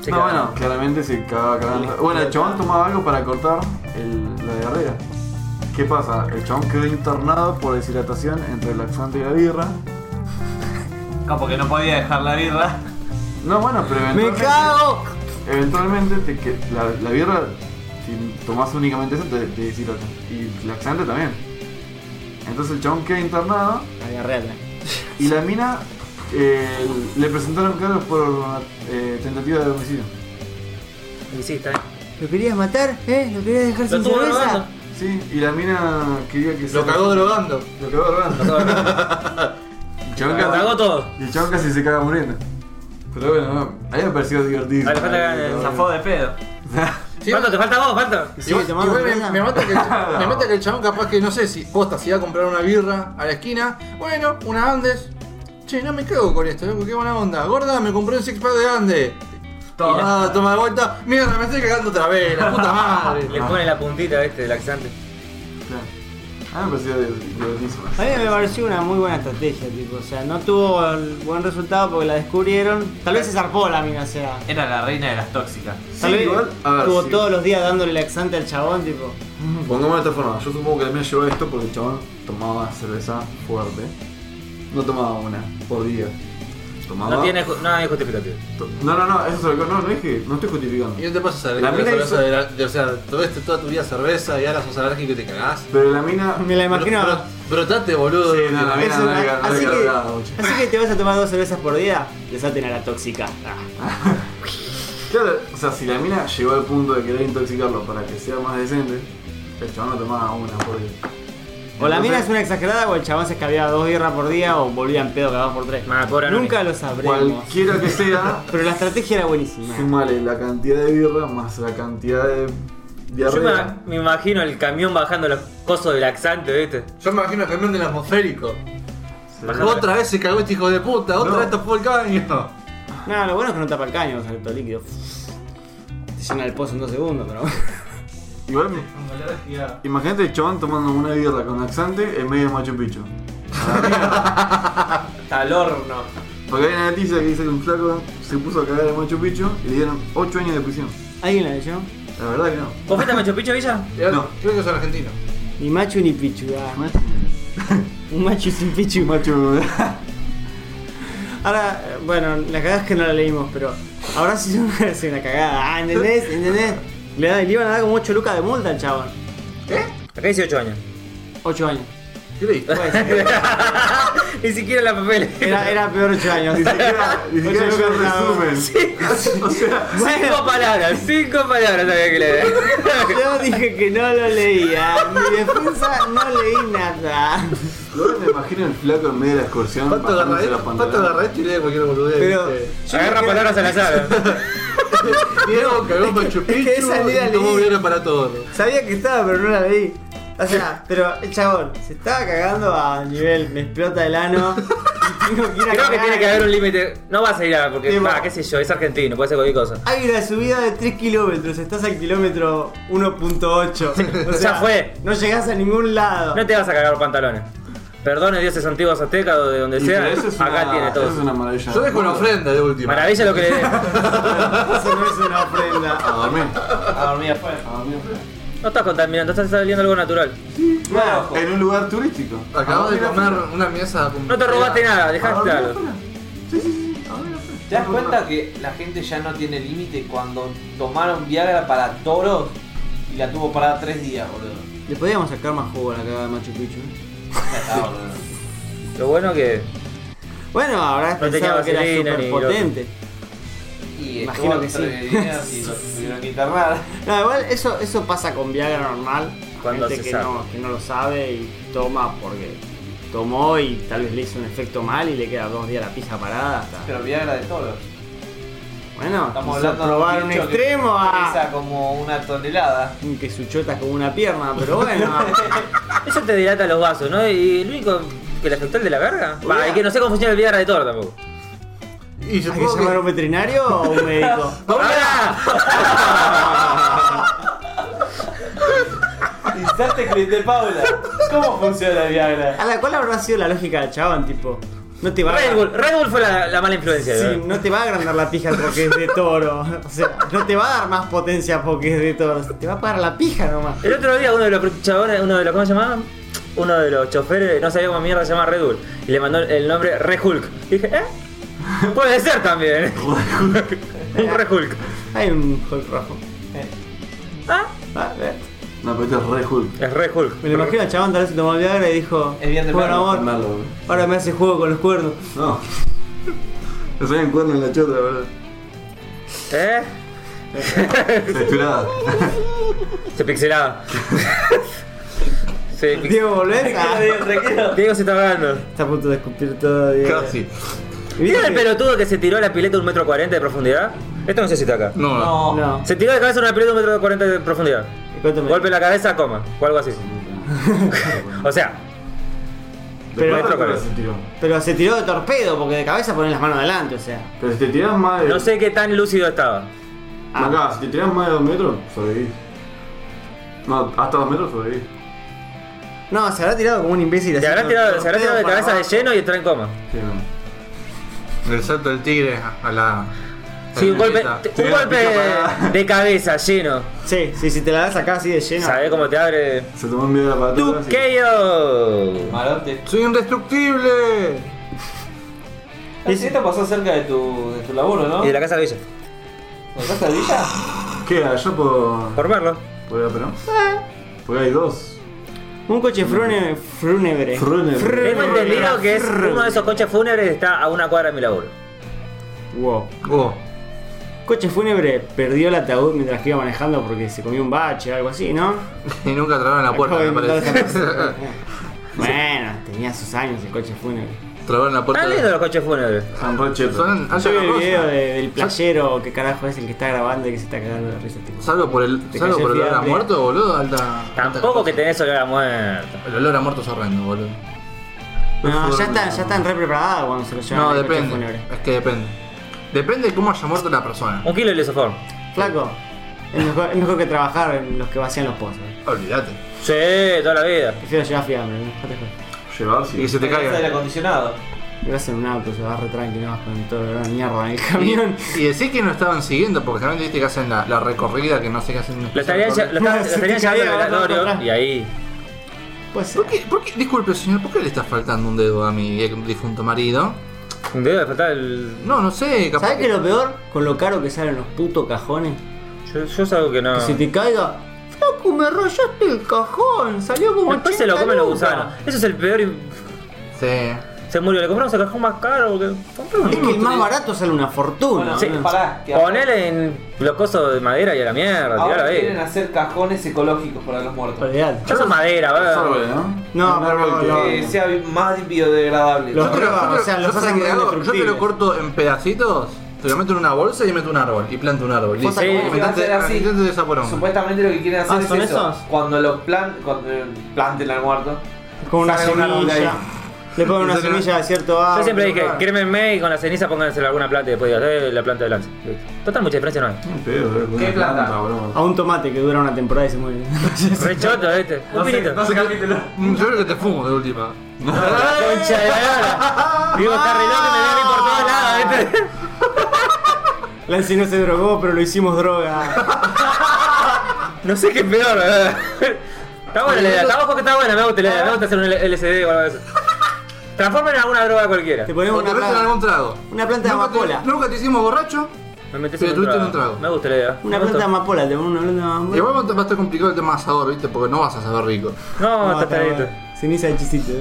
Se
no,
cagaba.
Ah, bueno, claramente se cagaba cagando. Bueno, el chabón tomaba algo para cortar el- la diarrea. ¿Qué pasa? El chabón quedó internado por deshidratación entre el laxante y la birra.
No, porque no podía dejar la birra.
No, bueno, pero eventualmente, eventualmente te que- la, la birra, si tomás únicamente eso, te, te deshidrata. Y el laxante también. Entonces el chabón queda internado
la diarrea. te-
y la mina eh, le presentaron cargos por eh, tentativa de homicidio.
Y sí, está bien.
¿Lo querías matar? ¿Eh? ¿Lo querías dejar
Lo
sin
estuvo
cerveza?
drogando.
Sí, y la mina quería que se...
Lo cagó drogando.
Lo cagó
Lo
drogando.
cagó drogando.
El chabón
Lo
casi-
cagó todo.
Y el chabón casi se caga muriendo. Pero bueno, no, a mí me pareció divertido.
A ver, falta que hagan el
Zafó de
<laughs>
pedo.
Sí,
Falta, te falta vos, falta.
Sí,
Igual,
tomaba
igual
cerveza.
me, me mata que el, <laughs> me mata que el chabón capaz que no sé si posta si va a comprar una birra a la esquina. Bueno, una Andes. Che, no me cago con esto, loco, qué buena onda. Gorda, me compré un six pack de Andes. Toma, toma de vuelta. Mierda, me estoy cagando otra vez, la puta
<laughs>
madre.
Le pone la puntita, este, de laxante.
Claro. A mí me pareció divertidísimo.
A mí me pareció una muy buena estrategia, tipo, o sea, no tuvo el buen resultado porque la descubrieron. Tal vez se zarpó la mina, o sea.
Era la reina de las tóxicas.
Tal vez
igual, a ver,
estuvo
sí.
todos los días dándole laxante al chabón, tipo.
Pongamos de esta forma, yo supongo que la mina llevó esto porque el chabón tomaba cerveza fuerte. No tomaba una por día. Tomaba.
No tiene, ju- no hay justificativo.
to- No, no, no, eso es algo- No, no dije, no estoy justificando.
¿Y no te pasa
La
la
mina
cerveza
hizo-
de la- de- O sea, tomaste toda tu vida cerveza y ahora sos alérgico y te cagás.
Pero la mina.
Me la imagino.
Bro- brotate, boludo.
Sí, no, la mina
Eso,
no le
a-
no le
así,
cargaba mucho.
que, así que te vas a tomar dos cervezas por día, desaten a la tóxica. Ah.
Claro, o sea, si la mina llegó al punto de querer intoxicarlo para que sea más decente, el chabón no tomaba una por día.
O la mina es
Entonces,
una exagerada o el chabón se escabeaba dos birras por día o volvía en pedo cada dos por tres.
Ma, pobre
Nunca lo sabremos.
Cualquiera que
<laughs>
sea,
Pero la estrategia era buenísima.
sumale la cantidad de birra más la cantidad de
Yo
diarrea.
me, me imagino el camión bajando los cosos de laxante, ¿viste?
Yo me imagino el camión del atmosférico.
Bajando la-
Otra vez se cagó este hijo de puta, otra
No.
vez tapó el caño.
No, lo bueno es que no tapa el caño, o sea, todo líquido. Te llena el pozo en dos segundos, pero.
Igual, me- imagínate el chabón tomando una birra con laxante en medio de Machu Picchu.
Hasta el horno.
Porque hay una noticia que dice que un flaco se puso a cagar en Machu Picchu y le dieron 8 años de prisión.
¿Alguien la leyó?
La verdad que no.
¿Vos fuiste a Machu Picchu, Villa?
No.
Creo que son argentinos.
Ni macho ni pichu. ah. <laughs> Un macho sin pichu.
Machu
<laughs> Ahora, eh, bueno, la cagada es que no la leímos, pero ahora sí es una <laughs> cagada. Ah, ¿entendés? ¿Entendés? Le, da- le iban a dar como 8 lucas de multa al chabón.
Acá 18 años.
8 años.
¿Qué leíste?
Puede ser.
<laughs> Ni siquiera la papel.
Era, era peor 8 años.
Ni siquiera, ni siquiera
Ocho
yo
lucas de multa.
resumen. <laughs> O sea,
Cinco
Bueno,
palabras, cinco palabras sabía que le era.
<laughs> yo dije que no lo leía. En Mi defensa no leí nada.
luego me imagino el flaco en medio de la excursión
Pato
bajándose los
agarra- Pato agarra
pantalones.
esto y lee cualquier boludez.
Pero
¿viste?
Agarra palabras al
<laughs>
azar.
Diego cagó Machu Picchu
esa ni la
y tomó
leí.
viola para todo.
sabía que estaba, pero no la leí. O sea, pero el chabón se estaba cagando a nivel me explota el
<laughs>
ano. y tengo que ir a
Creo que
cagar.
tiene que haber un límite. No vas a ir a. Porque,
Sí,
va,
va.
qué sé yo, es argentino, puede ser cualquier cosa.
Hay una subida de 3 kilómetros, estás al kilómetro 1.8. O
<laughs> Ya
sea,
fue.
No llegás a ningún lado.
<laughs> No te vas a cagar los pantalones. Perdone dioses antiguos aztecas o de donde
Y
sea.
pero eso es
Acá
una-
tiene todo.
Eso es una maravilla.
Yo dejo una ofrenda de última.
Maravilla lo que le dé.
Eso no es una
A
ofrenda.
dormir.
A dormir afuera, a dormir afuera.
No estás contaminando, estás saliendo algo natural.
Bueno,
En un lugar turístico.
Acabamos de
A dormir
comer
afuera.
una mesa con.
No te robaste nada,
A
dejaste
dormir
algo.
afuera. Sí, sí, sí. a dormir afuera.
¿Te das cuenta que la gente ya no tiene límite cuando tomaron Viagra para toros y la tuvo parada tres días, boludo?
Le podíamos sacar más jugo a la cagada de Machu Picchu. ¿eh?
Ya está, boludo.
Lo bueno que.
Bueno, habrás
No tenía
pensado que era
vaselina
súper
ni
potente.
Y
Imagino
estuvo
que sí.
tres días y lo tuvieron que internar.
No, igual eso, eso pasa con Viagra normal. a
Cuando
gente
se
que
saca.
no, que no lo sabe y toma porque tomó y tal vez le hizo un efecto mal y le queda dos días la pija parada. Hasta...
Pero Viagra de toros.
Bueno, quiso
Estamos hablando de
probar un
bicho que
extremo ah. a
Pesa como una tonelada.
un que su chota es como una pierna, pero
<laughs>
bueno.
Eso te dilata los vasos, ¿no? Y el único que le afectó el de la verga. Va,
Hola.
y que no sé cómo funciona el Viagra de Thor tampoco.
Y
¿Hay que
supongo
llamar a un
que.
veterinario o un médico?
¡Hola!
Inserte clip de Paula. ¿Cómo funciona el Viagra?
A la cual habrá sido la lógica del chabón, tipo, no te va a
Red Bull, Red Bull fue la, la mala influencia.
Sí,
¿verdad?
no te va a agrandar la pija porque es de toro. O sea, no te va a dar más potencia porque es de toro. Te va a pagar la pija nomás.
El otro día uno de los chabones, uno de los, ¿cómo se llamaba? Uno de los choferes, no sabía cómo mierda se llama Red Bull. Y le mandó el nombre Red Hulk. Y dije, ¿eh? Puede ser también. Un Red Hulk.
Hay un Hulk rojo.
Ah,
Ah, eh.
No, pero esto es re Hulk.
es Red Hulk.
Me lo imagino al chabón tal vez se tomó el Viagra y dijo,
Es bien de
bueno
perro,
amor,
Malo, bro.
ahora me hace juego con los
<laughs>
cuernos.
No. No se en cuerno en la chota, boludo.
¿Eh?
<laughs>
Texturada.
Se pixelaba. <laughs> se pixelaba.
Diego, volvés a...
Diego se está ahogando.
Está a punto de escupir todo, Diego.
Casi.
¿Y viste
¿Vieron el
que-
pelotudo que se tiró a la pileta de un metro cuarenta de profundidad? Esto no sé si está acá.
No, no.
No.
No.
Se tiró de cabeza en una pileta de un metro cuarenta de profundidad.
Cuéntame.
Golpe en la cabeza, coma. O algo así. o sea,
Pero-
¿De cuánto
Pero-
se tiró?
Pero se tiró de torpedo porque de cabeza ponen las manos adelante, o sea.
Pero si te tirás más de.
no sé qué tan lúcido estaba.
Ah.
Acá, si te tirás más de 2 metros, sobrevivís. No, hasta 2 metros sobrevivís.
No, se habrá tirado como un imbécil.
Se
así,
habrá
con
tirado,
torpedo
se habrá tirado de
para
cabeza de
abajo.
lleno y entró en coma.
Sí, no.
El salto del tigre a la. a
Sí,
la
un golpe,
pileta.
te-
Sí,
un
la
golpe
pica parada.
de cabeza lleno.
Sí, sí, si te la das acá así de lleno.
¿Sabés cómo te abre?
Se tomó un video de la
¡Tu
patata.
KO!
Malote.
¡Soy indestructible!
Así esto pasó cerca de tu, de tu laburo, ¿no?
Y de la casa de Villa.
¿La casa de Villa?
¿Qué era? ¿Yo por.
Por verlo.
por la Perón?
Eh.
Porque hay dos.
Un coche frúne- frúnebre.
Frúnebre.
Tengo entendido que es uno de esos coches fúnebres que está a una cuadra de mi laburo.
Wow.
Oh. <laughs>
Coche fúnebre perdió el ataúd mientras que iba manejando porque se comió un bache o algo así, ¿no?
Y nunca trabaron la puerta,
Acabo de
me
inventar
parece. <laughs>
esa cosa. bueno, tenía sus años el coche fúnebre.
trabaron la puerta.
Están lindos los coches fúnebres.
San Rocheto.
Son ah,
Yo vi
altas
el
cosas.
video de- del playero que carajo es el que está grabando y que se está cagando de risa. Tipo.
Salvo por el.
Te
Salvo
cayó
por el olor
el
a
fiambre.
muerto, boludo. Alta.
Tampoco
alta
que tenés olor a muerto.
cosa. El olor a muerto es horrendo, boludo.
No, ya están, ya están re preparados cuando se lo llevan
No,
al coche
depende.
fúnebre.
Es que depende. Depende de cómo haya muerto la persona.
Un kilo de lesoform.
Flaco, es mejor, es mejor que trabajar en los que vacían los pozos.
Olvídate.
Sí, toda la vida.
Prefiero llevar fiambre, ¿no? No te jodas.
Llevar,
Y que
sí.
se te
La casa del
caiga.
acondicionado.
Y vas en un auto, se va re tranqui, no vas con todo el olor a mierda en el
Y,
camión.
y decís que no estaban siguiendo, porque generalmente viste que hacen la, la recorrida que no sé qué hacen.
Lo estarían, lle- lo estaban- lo
Se te
estarían
caía,
llevando al
vas, vas,
velatorio
vas.
y ahí.
Pues ser.
¿Por qué, por qué- disculpe, señor, ¿por qué le está faltando un dedo a mi difunto marido?
Un dedo de faltar el.
No, no sé, capaz.
¿Sabes qué es lo peor? Con lo caro que salen los putos cajones.
Yo, yo salgo que no.
Que si te caiga, flaco, me rayaste el cajón, salió como
Después se lo
80
comen los
lucas".
gusanos. Eso es el peor. y-
Sí.
Se murió. Le compramos el cajón más caro. Porque...
Es que el más barato sale una fortuna.
Bueno,
Sí.
pará. Que
Ponele en los cosos de madera y a la mierda. Tirá la
ahora quieren
vida.
hacer cajones ecológicos para los muertos.
Olvidate.
Ya son madera,
Es
va.
árbol, ¿no?
No,
Un
pero
árbol que-
no,
Que sea más biodegradable.
Los-
Yo te lo-
prueban,
yo te lo-
o sea,
yo
los
te lo
hacen
hago- yo te
indestructibles.
lo corto en pedacitos
Te lo meto en una bolsa y meto un árbol. Y planto un árbol. Listo.
Sí,
Lo que van a hacer así.
Metete de esa poronga.
Supuestamente lo que quieren hacer
Ah,
es
¿son
eso.
esos?
Cuando lo plan, cuando eh, planten al muerto.
Con una
Saca un árbol de ahí.
semilla. Le ponen una semilla de cierto árbol.
Yo siempre dije,
claro.
crémenme y con la ceniza póngansela alguna planta y después digas, eh, la planta de lanza. Listo. Total, mucha diferencia no hay.
Ni en pedo, bro, con
¿Qué
una
planta?
bro.
A un tomate que dura una temporada y se
<laughs>
muere.
Rechoto, ¿viste? Un pinito.
Mm, Yo creo que te fumo de última.
La concha de la lora. Vivo está reloj que me ve a mí por todos lados, ¿viste?
<laughs> Lancy no se drogó, pero lo hicimos droga.
No sé qué es peor, ¿verdad? Está buena la idea, está ojo que está buena, me gusta la idea, me gusta hacer un LCD o algo de eso. Transformen en alguna droga cualquiera.
Te ponemos
O
una
te meten
planta,
algún trago.
una planta de
Nunca te-
amapola.
Nunca te hicimos borracho.
Me metes
Pero
en
tuviste
un
un trago.
trago. Me gusta la idea.
Una
me
planta de
gustó.
amapola, te ponemos una planta de amapola.
Igual va a- va a estar complicado el tema asador, ¿viste? Porque no vas a saber rico.
No,
No,
está
está
taradito.
bueno. Ceniza de chisito.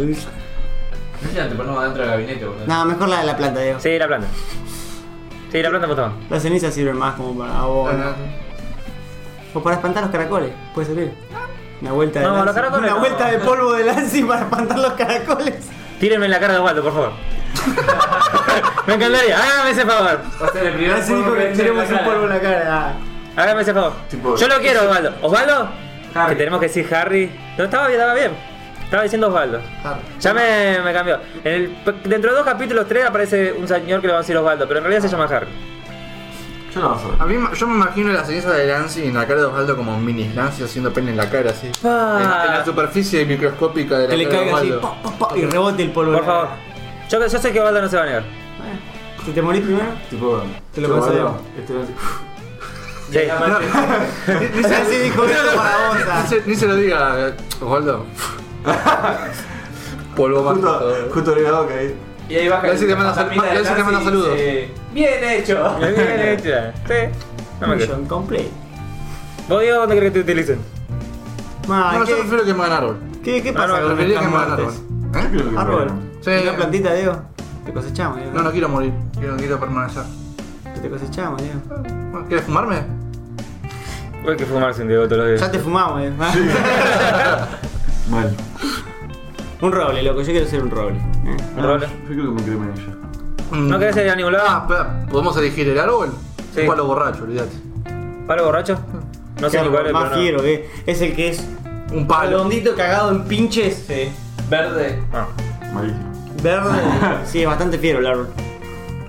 Ya te ponemos adentro del gabinete, boludo.
Nada, mejor la de la planta, Diego.
Sí, la planta. Sí, la planta me gusta más.
Las cenizas sirven más como para abono. O para espantar los caracoles, puede servir. Una vuelta de
No,
Lancy.
los caracoles
Una
no.
vuelta de polvo de Lancy para espantar los caracoles.
Tírenme en la cara de Waldo, por favor.
<laughs>
me encantaría, hágame ese favor.
Va a ser el primer
Lancy dijo
polvo
que
le echen en la
tenemos un
cara.
polvo en la cara. ah.
Hágame ese favor.
Tipo-
Yo lo quiero, Osvaldo. ¿Osvaldo?
Harry.
Que tenemos que decir Harry. No, estaba bien, estaba bien. Estaba diciendo Osvaldo. Ya me, me cambió. En el- dentro de dos capítulos, tres, aparece un señor que le va a decir Osvaldo, pero en realidad se llama Harry.
Yo no vas a ver.
A mí, yo me imagino la ceniza de Lancy en la cara de Osvaldo como un mini Lancy haciendo pene en la cara, así.
Ah.
En, en la superficie microscópica de la
Que le
cara de
caiga así,
Osvaldo.
pa, pa, pa, y rebote el polvo.
Por
en la
favor.
cara.
Yo, yo sé que Osvaldo no se va a negar.
Bueno, Si te morís primero,
Tipo,
Te lo paso
yo,
yo.
bro,
<laughs>
Este Lancy.
Sí.
Lancy dijo eso para vos. ah".
Ni se, ni se lo diga, eh,
<laughs>
Osvaldo. Polvo más.
Justo, justo le dado que
¿Eh?
ahí.
Y ahí baja.
Lancy
el-
te manda
la
sal-
tapita de
Lancy te
Lancy
manda
y
saludos.
dice,
<laughs>
Bien hecho.
<laughs> Bien hecha. Sí. No me quejo.
Mission complete.
¿Vos, Diego, dónde crees que te utilicen?
Ma,
No, yo
Ah, ¿qué,
prefiero que me hagan árbol.
qué, qué pasa
no,
con
Preferiría
estas
que me hagan
muertes?
árbol.
Yo creo que
Árbol.
Sí.
Una plantita, Diego. Te cosechamos, Diego.
No, no quiero morir. Quiero, quiero permanecer.
Te cosechamos, Diego.
Bueno, ¿Quieres fumarme?
Vos hay que fumarse un Diego todos los días.
Ya te fumamos, Diego. ¿eh?
Mal.
<laughs> un roble, loco. Yo quiero ser un roble. Eh.
Un roble.
Yo creo que me creo en ella.
¿No querés ir a ningún lado?
Mm. Ah, espera, ¿podemos elegir el árbol?
Sí.
Un palo borracho, olvídate.
¿Palo
<laughs>
borracho? No sé
Claro,
ni cuál es,
más
pero no.
fiero, que es el que es
Un palo.
redondito cagado en pinches
Sí. Verde.
No.
Malísimo.
verde.
<laughs>
sí, es bastante fiero el árbol.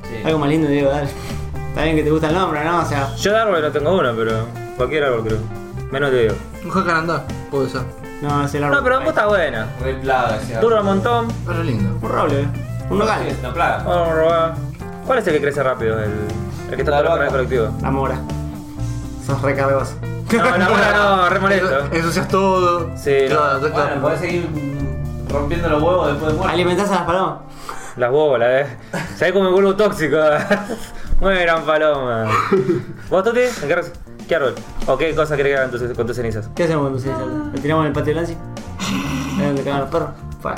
Sí.
Algo más lindo, Diego, dale. Está bien que te gusta el nombre, ¿no? O sea,
Yo de árbol no tengo uno, pero cualquier árbol creo. Menos de Diego.
Un jacarandá, puede ser.
no, es el árbol.
No, pero vos está buena.
Re plaga ese árbol.
Dura un montón.
Pero es lindo.
Un roble, eh. un
Sí,
local.
es una plaga.
Vamos a robar. ¿Cuál es el que crece rápido? El, el que está
La
todo el
<laughs>
vaca.
colectivo.
La mora. Sos recargoso.
No, la mora no, re molesto.
Ensucias todo.
Sí,
Claro,
Bueno,
claro.
podés seguir mm, rompiendo los huevos después de muerto.
¿Alimentás a las palomas?
Las bolas, eh. ¿Sabés cómo me vuelvo tóxico? <laughs> Muy gran paloma. ¿Vos, Toti? ¿En qué, res- qué árbol? ¿O qué cosa querés que hagan tus- con tus cenizas?
¿Qué hacemos con tus cenizas?
Ah.
¿Lo tiramos en el patio
<laughs>
de Lancy? ¿Ahí donde cagan los perros? Fuera.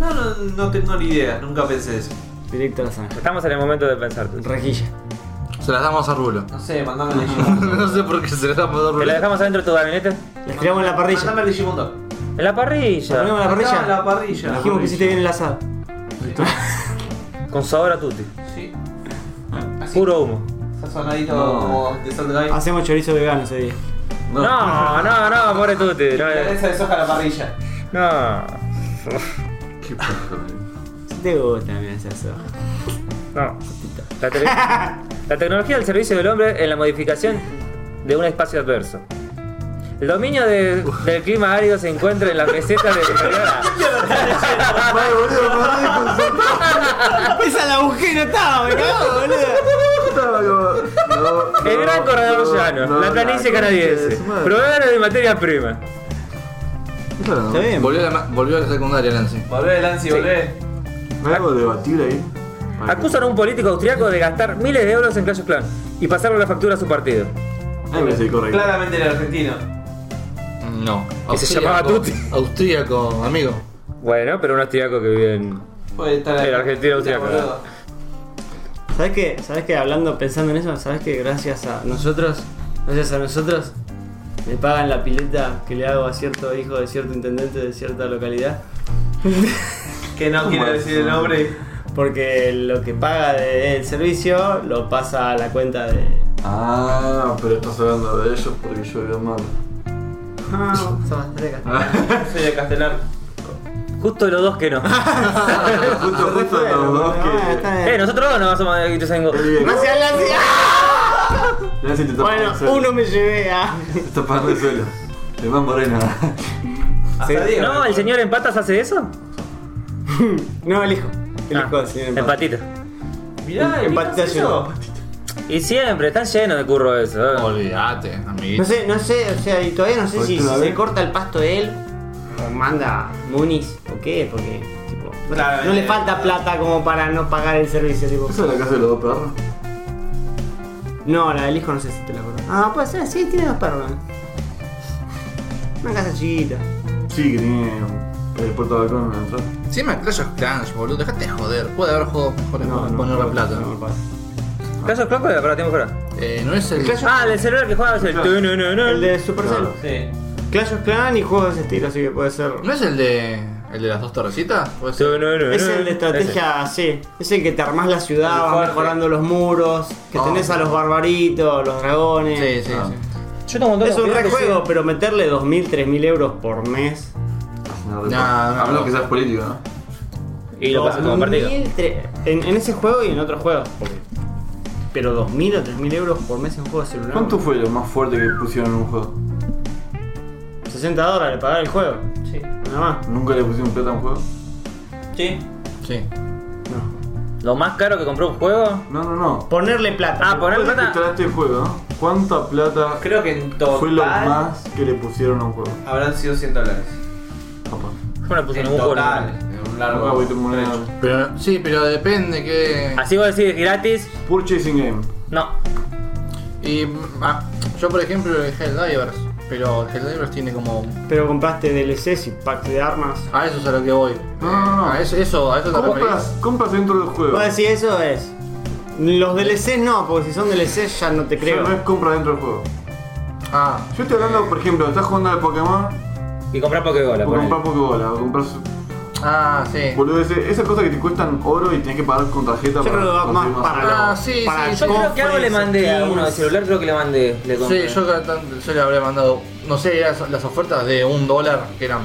No, no, no tengo ni idea. Nunca pensé eso.
Directo a la zanja.
Estamos en el momento de pensar. Toti.
Rejilla.
Se las damos a Rulo. <laughs>
No sé, mandame el Digimundo.
no sé por qué se las damos a
¿Te la
Rulo.
dejamos adentro de tu gabinete?
Las tiramos en la parrilla.
Mandame el Digimundo.
En la
¿La
parrilla.
ponemos en la
Mandame
parrilla?
la parrilla.
Dijimos que hiciste bien el asado.
Con sabor a tutti.
Sí.
Puro humo.
Sazonadito
No.
como de Salt Guy.
Hacemos chorizo vegano ese día.
No, no, no, pobre Tuti. No, eh.
Esa de soja a la parrilla.
no. <laughs>
Qué paja,
Si te gusta bien ese asado.
no. La, tele- la tecnología al servicio del hombre en la modificación de un espacio adverso. El dominio de- del clima árido se encuentra en la meseta de
Mal, boludo, pará de
<laughs> Esa la busqué y no estaba, me cago, boludo.
<laughs>
concentrarme.
El gran corredor llano, la planicie canadiense, proveedora de materia prima.
Está bien.
Volvió a, la, volvió a la secundaria, Nancy.
Volvé, Lancy, volvé.
¿Hay algo debatir ahí? Vale.
Acusan a un político austriaco de gastar miles de euros en Clash of Clans y pasarle la factura a su partido.
Ahí me parece correcto.
Claramente el argentino.
No.
Que se llamaba Tutti.
Austríaco, amigo.
Bueno, pero un austriaco que vive en...
Puede estar
El argentino austriaco.
boludo.
¿Sabes qué? ¿Sabes qué? Hablando, pensando en eso, ¿sabes qué? Gracias a nosotros, gracias a nosotros, me pagan la pileta que le hago a cierto hijo
<laughs>
de cierto intendente de cierta localidad.
Que no quiero decir el nombre.
porque lo que paga del servicio lo pasa a la cuenta de.
Ah, pero estás hablando de ellos porque yo veo mal.
Ah,
Soy de Castelar.
Justo los dos que no.
justo, justo los dos que.
eh, nosotros dos no somos de Ituzaingó.
Ah, Gracias, gracias.
Ya si te tapas
Bueno,
el suelo.
uno me llevé a. <laughs>
Te tapas el suelo. Te más morena.
Hasta Diego.
¿No? ¿El señor en patas hace eso?
No, el hijo. El
Ah,
hijo, señor.
en
Empatía.
patita.
Mirá,
Empatía
¿viste eso?
Y siempre, están llenos de curro eso. eh.
Olvídate,
No
amiguito.
sé, no sé, o sea, y todavía no sé si,
Porque
si
la
se
ve-
corta el pasto de él o manda Muniz o qué, porque tipo, no-
Claro,
no le
eh,
falta plata como para no pagar el servicio, tipo.
¿Esa es la casa de los dos perros?
No, la del hijo no sé si te la corta. Ah, puede ser, sí, tiene dos perros. Una casa chiquita.
Sí, que tiene eh, el puerto de balcón en atrás.
Encima de Clash of Clans, boludo, dejate de joder. Puede haber juegos mejores para ponerle
no,
plata.
no,
¿Caso es cloco? Ahora tengo fuera.
Eh, no es el.
Ah, del celular que jugaba. El...
Claro.
No, no, no.
El de Supercell.
Claro.
Sí.
Clash of Clans y juegos de ese estilo, así que puede ser.
¿No es el de. el de las dos torrecitas? Puede ser.
Es el de estrategia, sí. Es el que te armás la ciudad, vas mejorando los muros, que
Ah.
tenés a los barbaritos, los dragones.
Sí, sí,
Ah.
sí.
Yo tengo un montón
Es
de
un re
clientes,
juego, pero meterle 2.000, 3.000 euros por mes.
No,
No, no,
A menos
no.
que seas político, ¿no?
sí. Y lo pasas como partido.
2.000, tre- en, en ese juego y en otros juegos. porque- Pero 2.000 o 3.000 euros por mes en un juego de celular.
¿Cuánto fue lo más fuerte que pusieron en un juego?
60 dólares pagar el juego.
Sí.
Nada más.
¿Nunca le pusieron plata a un juego?
Sí.
Sí.
No.
¿Lo más caro que compró un juego?
No, no, no.
Ponerle plata.
Ah, ponerle
¿Cuánto
plata.
traste el juego, no? ¿Cuánta plata
Creo que en total
fue lo más que le pusieron a un juego?
habrán sido 100 dólares.
Papá.
Yo no puse
En
ningún juego.
total.
nunca.
En un
Nunca
largo
voy a moneda.
Pero, sí, pero depende que.
Así vos decís gratis.
Purchasing game.
No.
Y. ah, yo, por ejemplo, el Helldivers. Pero el Helldivers tiene como.
Pero compraste DLCs y pack de armas.
A eso es a lo que voy.
No, no, no.
A eso, eso, a eso te referís.
Compras, compras dentro del juego.
Vos decís, eso es. Los DLCs no, porque si son DLCs ya no te
Eso
creo.
no es compra dentro del juego.
Ah.
Yo estoy hablando, por ejemplo, estás jugando al Pokémon
Y comprar Pokébola.
o
ponele.
compras Pokébola o compras
Ah, sí.
boludeces, esas cosas que te cuestan oro y tenés que pagar con tarjeta
Yo creo que va más
conseguir
para
plata.
Ah,
los-
sí,
para
sí,
Yo creo que algo le
conferences,
mandé a
skins.
uno de celular, creo que le mandé. Le
Sí,
compré.
yo, cada tanto- yo le habría mandado, no sé, eran las ofertas de un dólar, que eran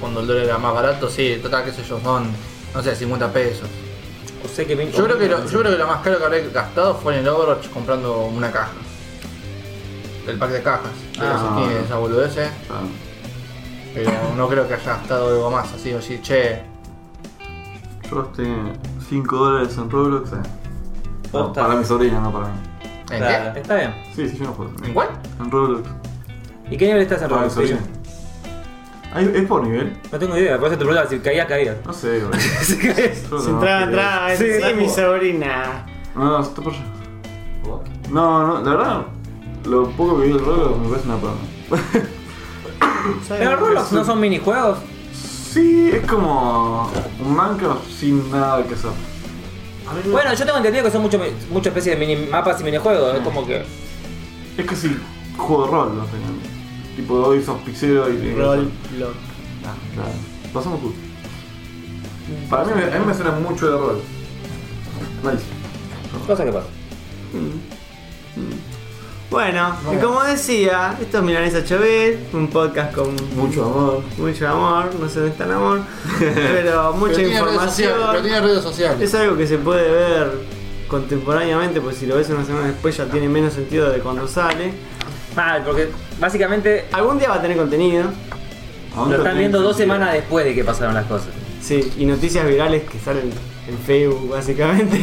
cuando el dólar era más barato, sí, total, qué sé yo, son, no sé, 50 pesos.
O sea que me-
Yo creo que lo, yo creo que lo más caro que habré gastado fue en el Overwatch comprando una caja. El pack de cajas.
Ah.
Ah, esa boludez, eh.
Ah.
Pero no creo que haya gastado algo más, así o así, che.
Yo gasté 5 dólares en Roblox. eh. No,
Posta.
para mi sobrina, no para mí.
¿En
Claro.
Está bien.
Sí, sí, yo no puedo.
qué? ¿En cuál?
En Roblox.
¿Y qué nivel estás en
Para mi
Roblox?
sobrina. Ay, ¿Es por nivel?
No tengo idea, por eso te preguntaba si caía, caía. <laughs>
No sé,
<laughs>
boludo. Yo creo que
Si
no,
entraba,
porque-
entraba. Sí,
Sí,
mi sobrina.
No, no, está por allá. No, no, la verdad, lo poco que vi del Roblox me parece una perna.
Pero Roblox no son minijuegos.
Sí, es como un Minecraft sin nada que hacer.
Mm.
Bueno, yo tengo entendido que son mucho- muchas especies de minimapas y minijuegos. Es como que.
Mm.
Es que sí, juego de rol, no sé. Tipo, hoy sos pixero y tenés que hacer-
Roblox.
Ah, claro. Pasamos cool. Para mí, me- a mí me suena mucho de rol. Nice.
Cosa que pasa.
Bueno, y como decía, esto es Milanesa Chovet, un podcast con
Mucho amor.
mucho amor, no sé dónde está
<laughs>
el amor, pero mucha
Pero tiene redes sociales, pero
información.
tiene redes sociales.
Es algo que se puede ver contemporáneamente, pues si lo ves una semana después ya tiene menos sentido de cuando sale.
Mal, porque básicamente
Algún día va a tener contenido,
lo
Aún no
están
tiene
viendo dos
sentido.
semanas después de que pasaron las cosas.
sí, y noticias virales que salen en
<laughs>
Facebook básicamente.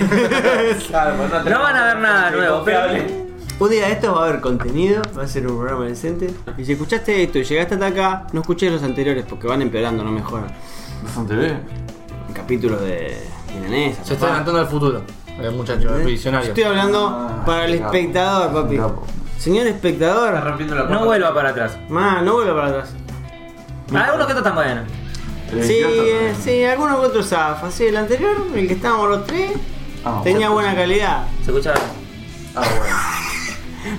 Claro, pues no,
No van a ver nada nuevo, pero.
Un día de estos va a haber contenido, va a ser un programa decente. Y si escuchaste esto y llegaste hasta acá, no escuches los anteriores porque van empeorando, no mejoran.
Bastante bien.
Capítulos de Milanesa.
Se está adelantando al futuro. El muchacho, el visionario.
Estoy hablando
Ah,
para el
capo.
espectador, papi.
Capo.
Señor
Está
espectador,
rompiendo la puerta.
No vuelva para atrás.
ma, no vuelva para atrás. Mm.
Hay uno que está tan bueno.
Eh,
Sí,
ya está.
eh, sí, alguno que otro zafa. Sí, el anterior, el que estábamos los tres,
Ah,
tenía
bueno.
buena calidad.
Se escucha.
Ah, bueno.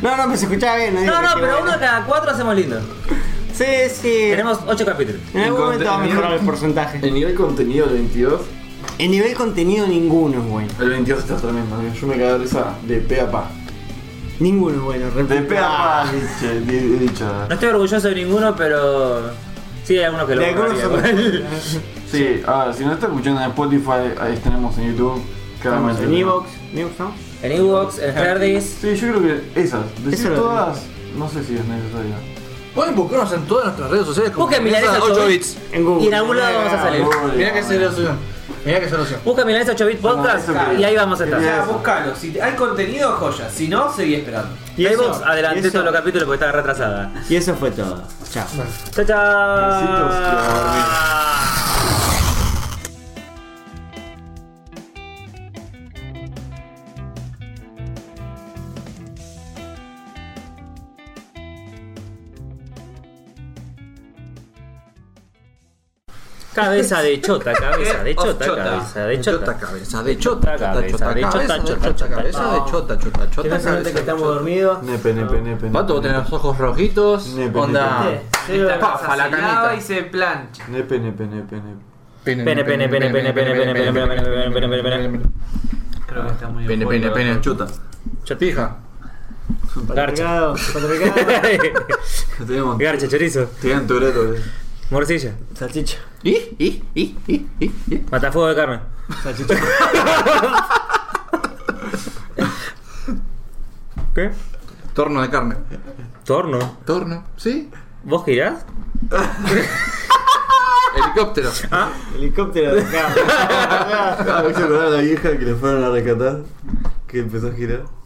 No, no, me se escuchaba bien. digo
No, no,
que
pero
bueno.
uno cada cuatro hacemos lindo.
Sí, sí.
Tenemos ocho capítulos.
En algún
El
momento va a
contenido-
mejorar el porcentaje.
El nivel contenido del 22
En nivel contenido ninguno es bueno.
El 22 está tremendo, amigo. yo me cago de risa de pe a pa.
Ninguno es bueno.
De
repito. Ah,
pe a pa, dicho. di- dicho.
No estoy orgulloso de ninguno, pero. Sí, hay algunos que lo
De algunos
borraría,
son-
igual. <laughs>
Sí, a ver, si no está escuchando en Spotify, ahí tenemos en YouTube. Claramente.
En Evox, en Evox, ¿no?
En Evox, en Herdis.
Sí, yo creo que esas. Decir
Eso lo
todas, no sé si es necesario.
Pueden buscarnos en todas nuestras redes sociales. como
Busquen Milanesa
Milanesa
8
8
bits.
En Google.
Y en algún
Ah,
lado vamos a salir.
Mirá qué solución. Mirá qué solución.
Busca Milanesa 8 bits podcast
Como eso que-
y ahí vamos a
O
estar.
sea, buscalo. Si hay contenido, joya. Si no, seguí esperando.
Y eso,
Evox, adelanté
y eso-
todos los capítulos porque estaba retrasada.
Y eso fue todo. Chao.
Chao,
Besitos, quiero
chao.
dormir.
Cabeza de chota, cabeza <laughs> de
Of
chota,
Eh, chota.
cabeza de
Chota
chota.
cabeza, de chota,
Chota
chota, chota, cabeza,
cabeza, de
de
chota,
chota,
chota,
cabeza,
chota.
de chota, chota,
Que
chota,
no se note que
cabeza.
estamos dormidos.
Nepe, nepe, nepe.
Pato, vos tenés los ojos rojitos,
Nepe,
onda...
Esta
Pafa,
cosa
la
se
caneta.
lava y se plancha.
Nepe, nepe, nepe, nepe.
Pene, pene, pene, pene, pene, pene, pene, pene, pene, pene, pene, pene, pene.
Creo que está muy
Pene, pene, pene, chuta. Chotija.
Patriarcado,
Garcha.
patriarcado.
<laughs>
Tenemos.
Garcha, chorizo,
Tenían Toreto, boludo.
morcilla,
Salchicha.
¿Y? ¿Y? ¿Y? ¿Y? ¿Y? ¿Y?
matafuego de carne.
Salchicha.
<laughs> ¿Qué?
Torno de carne.
Torno.
Torno, ¿sí?
¿Vos girás?
Helicóptero.
Helicóptero de acá.
Ah, me hizo acordar a la vieja que le fueron a rescatar. Que empezó a girar.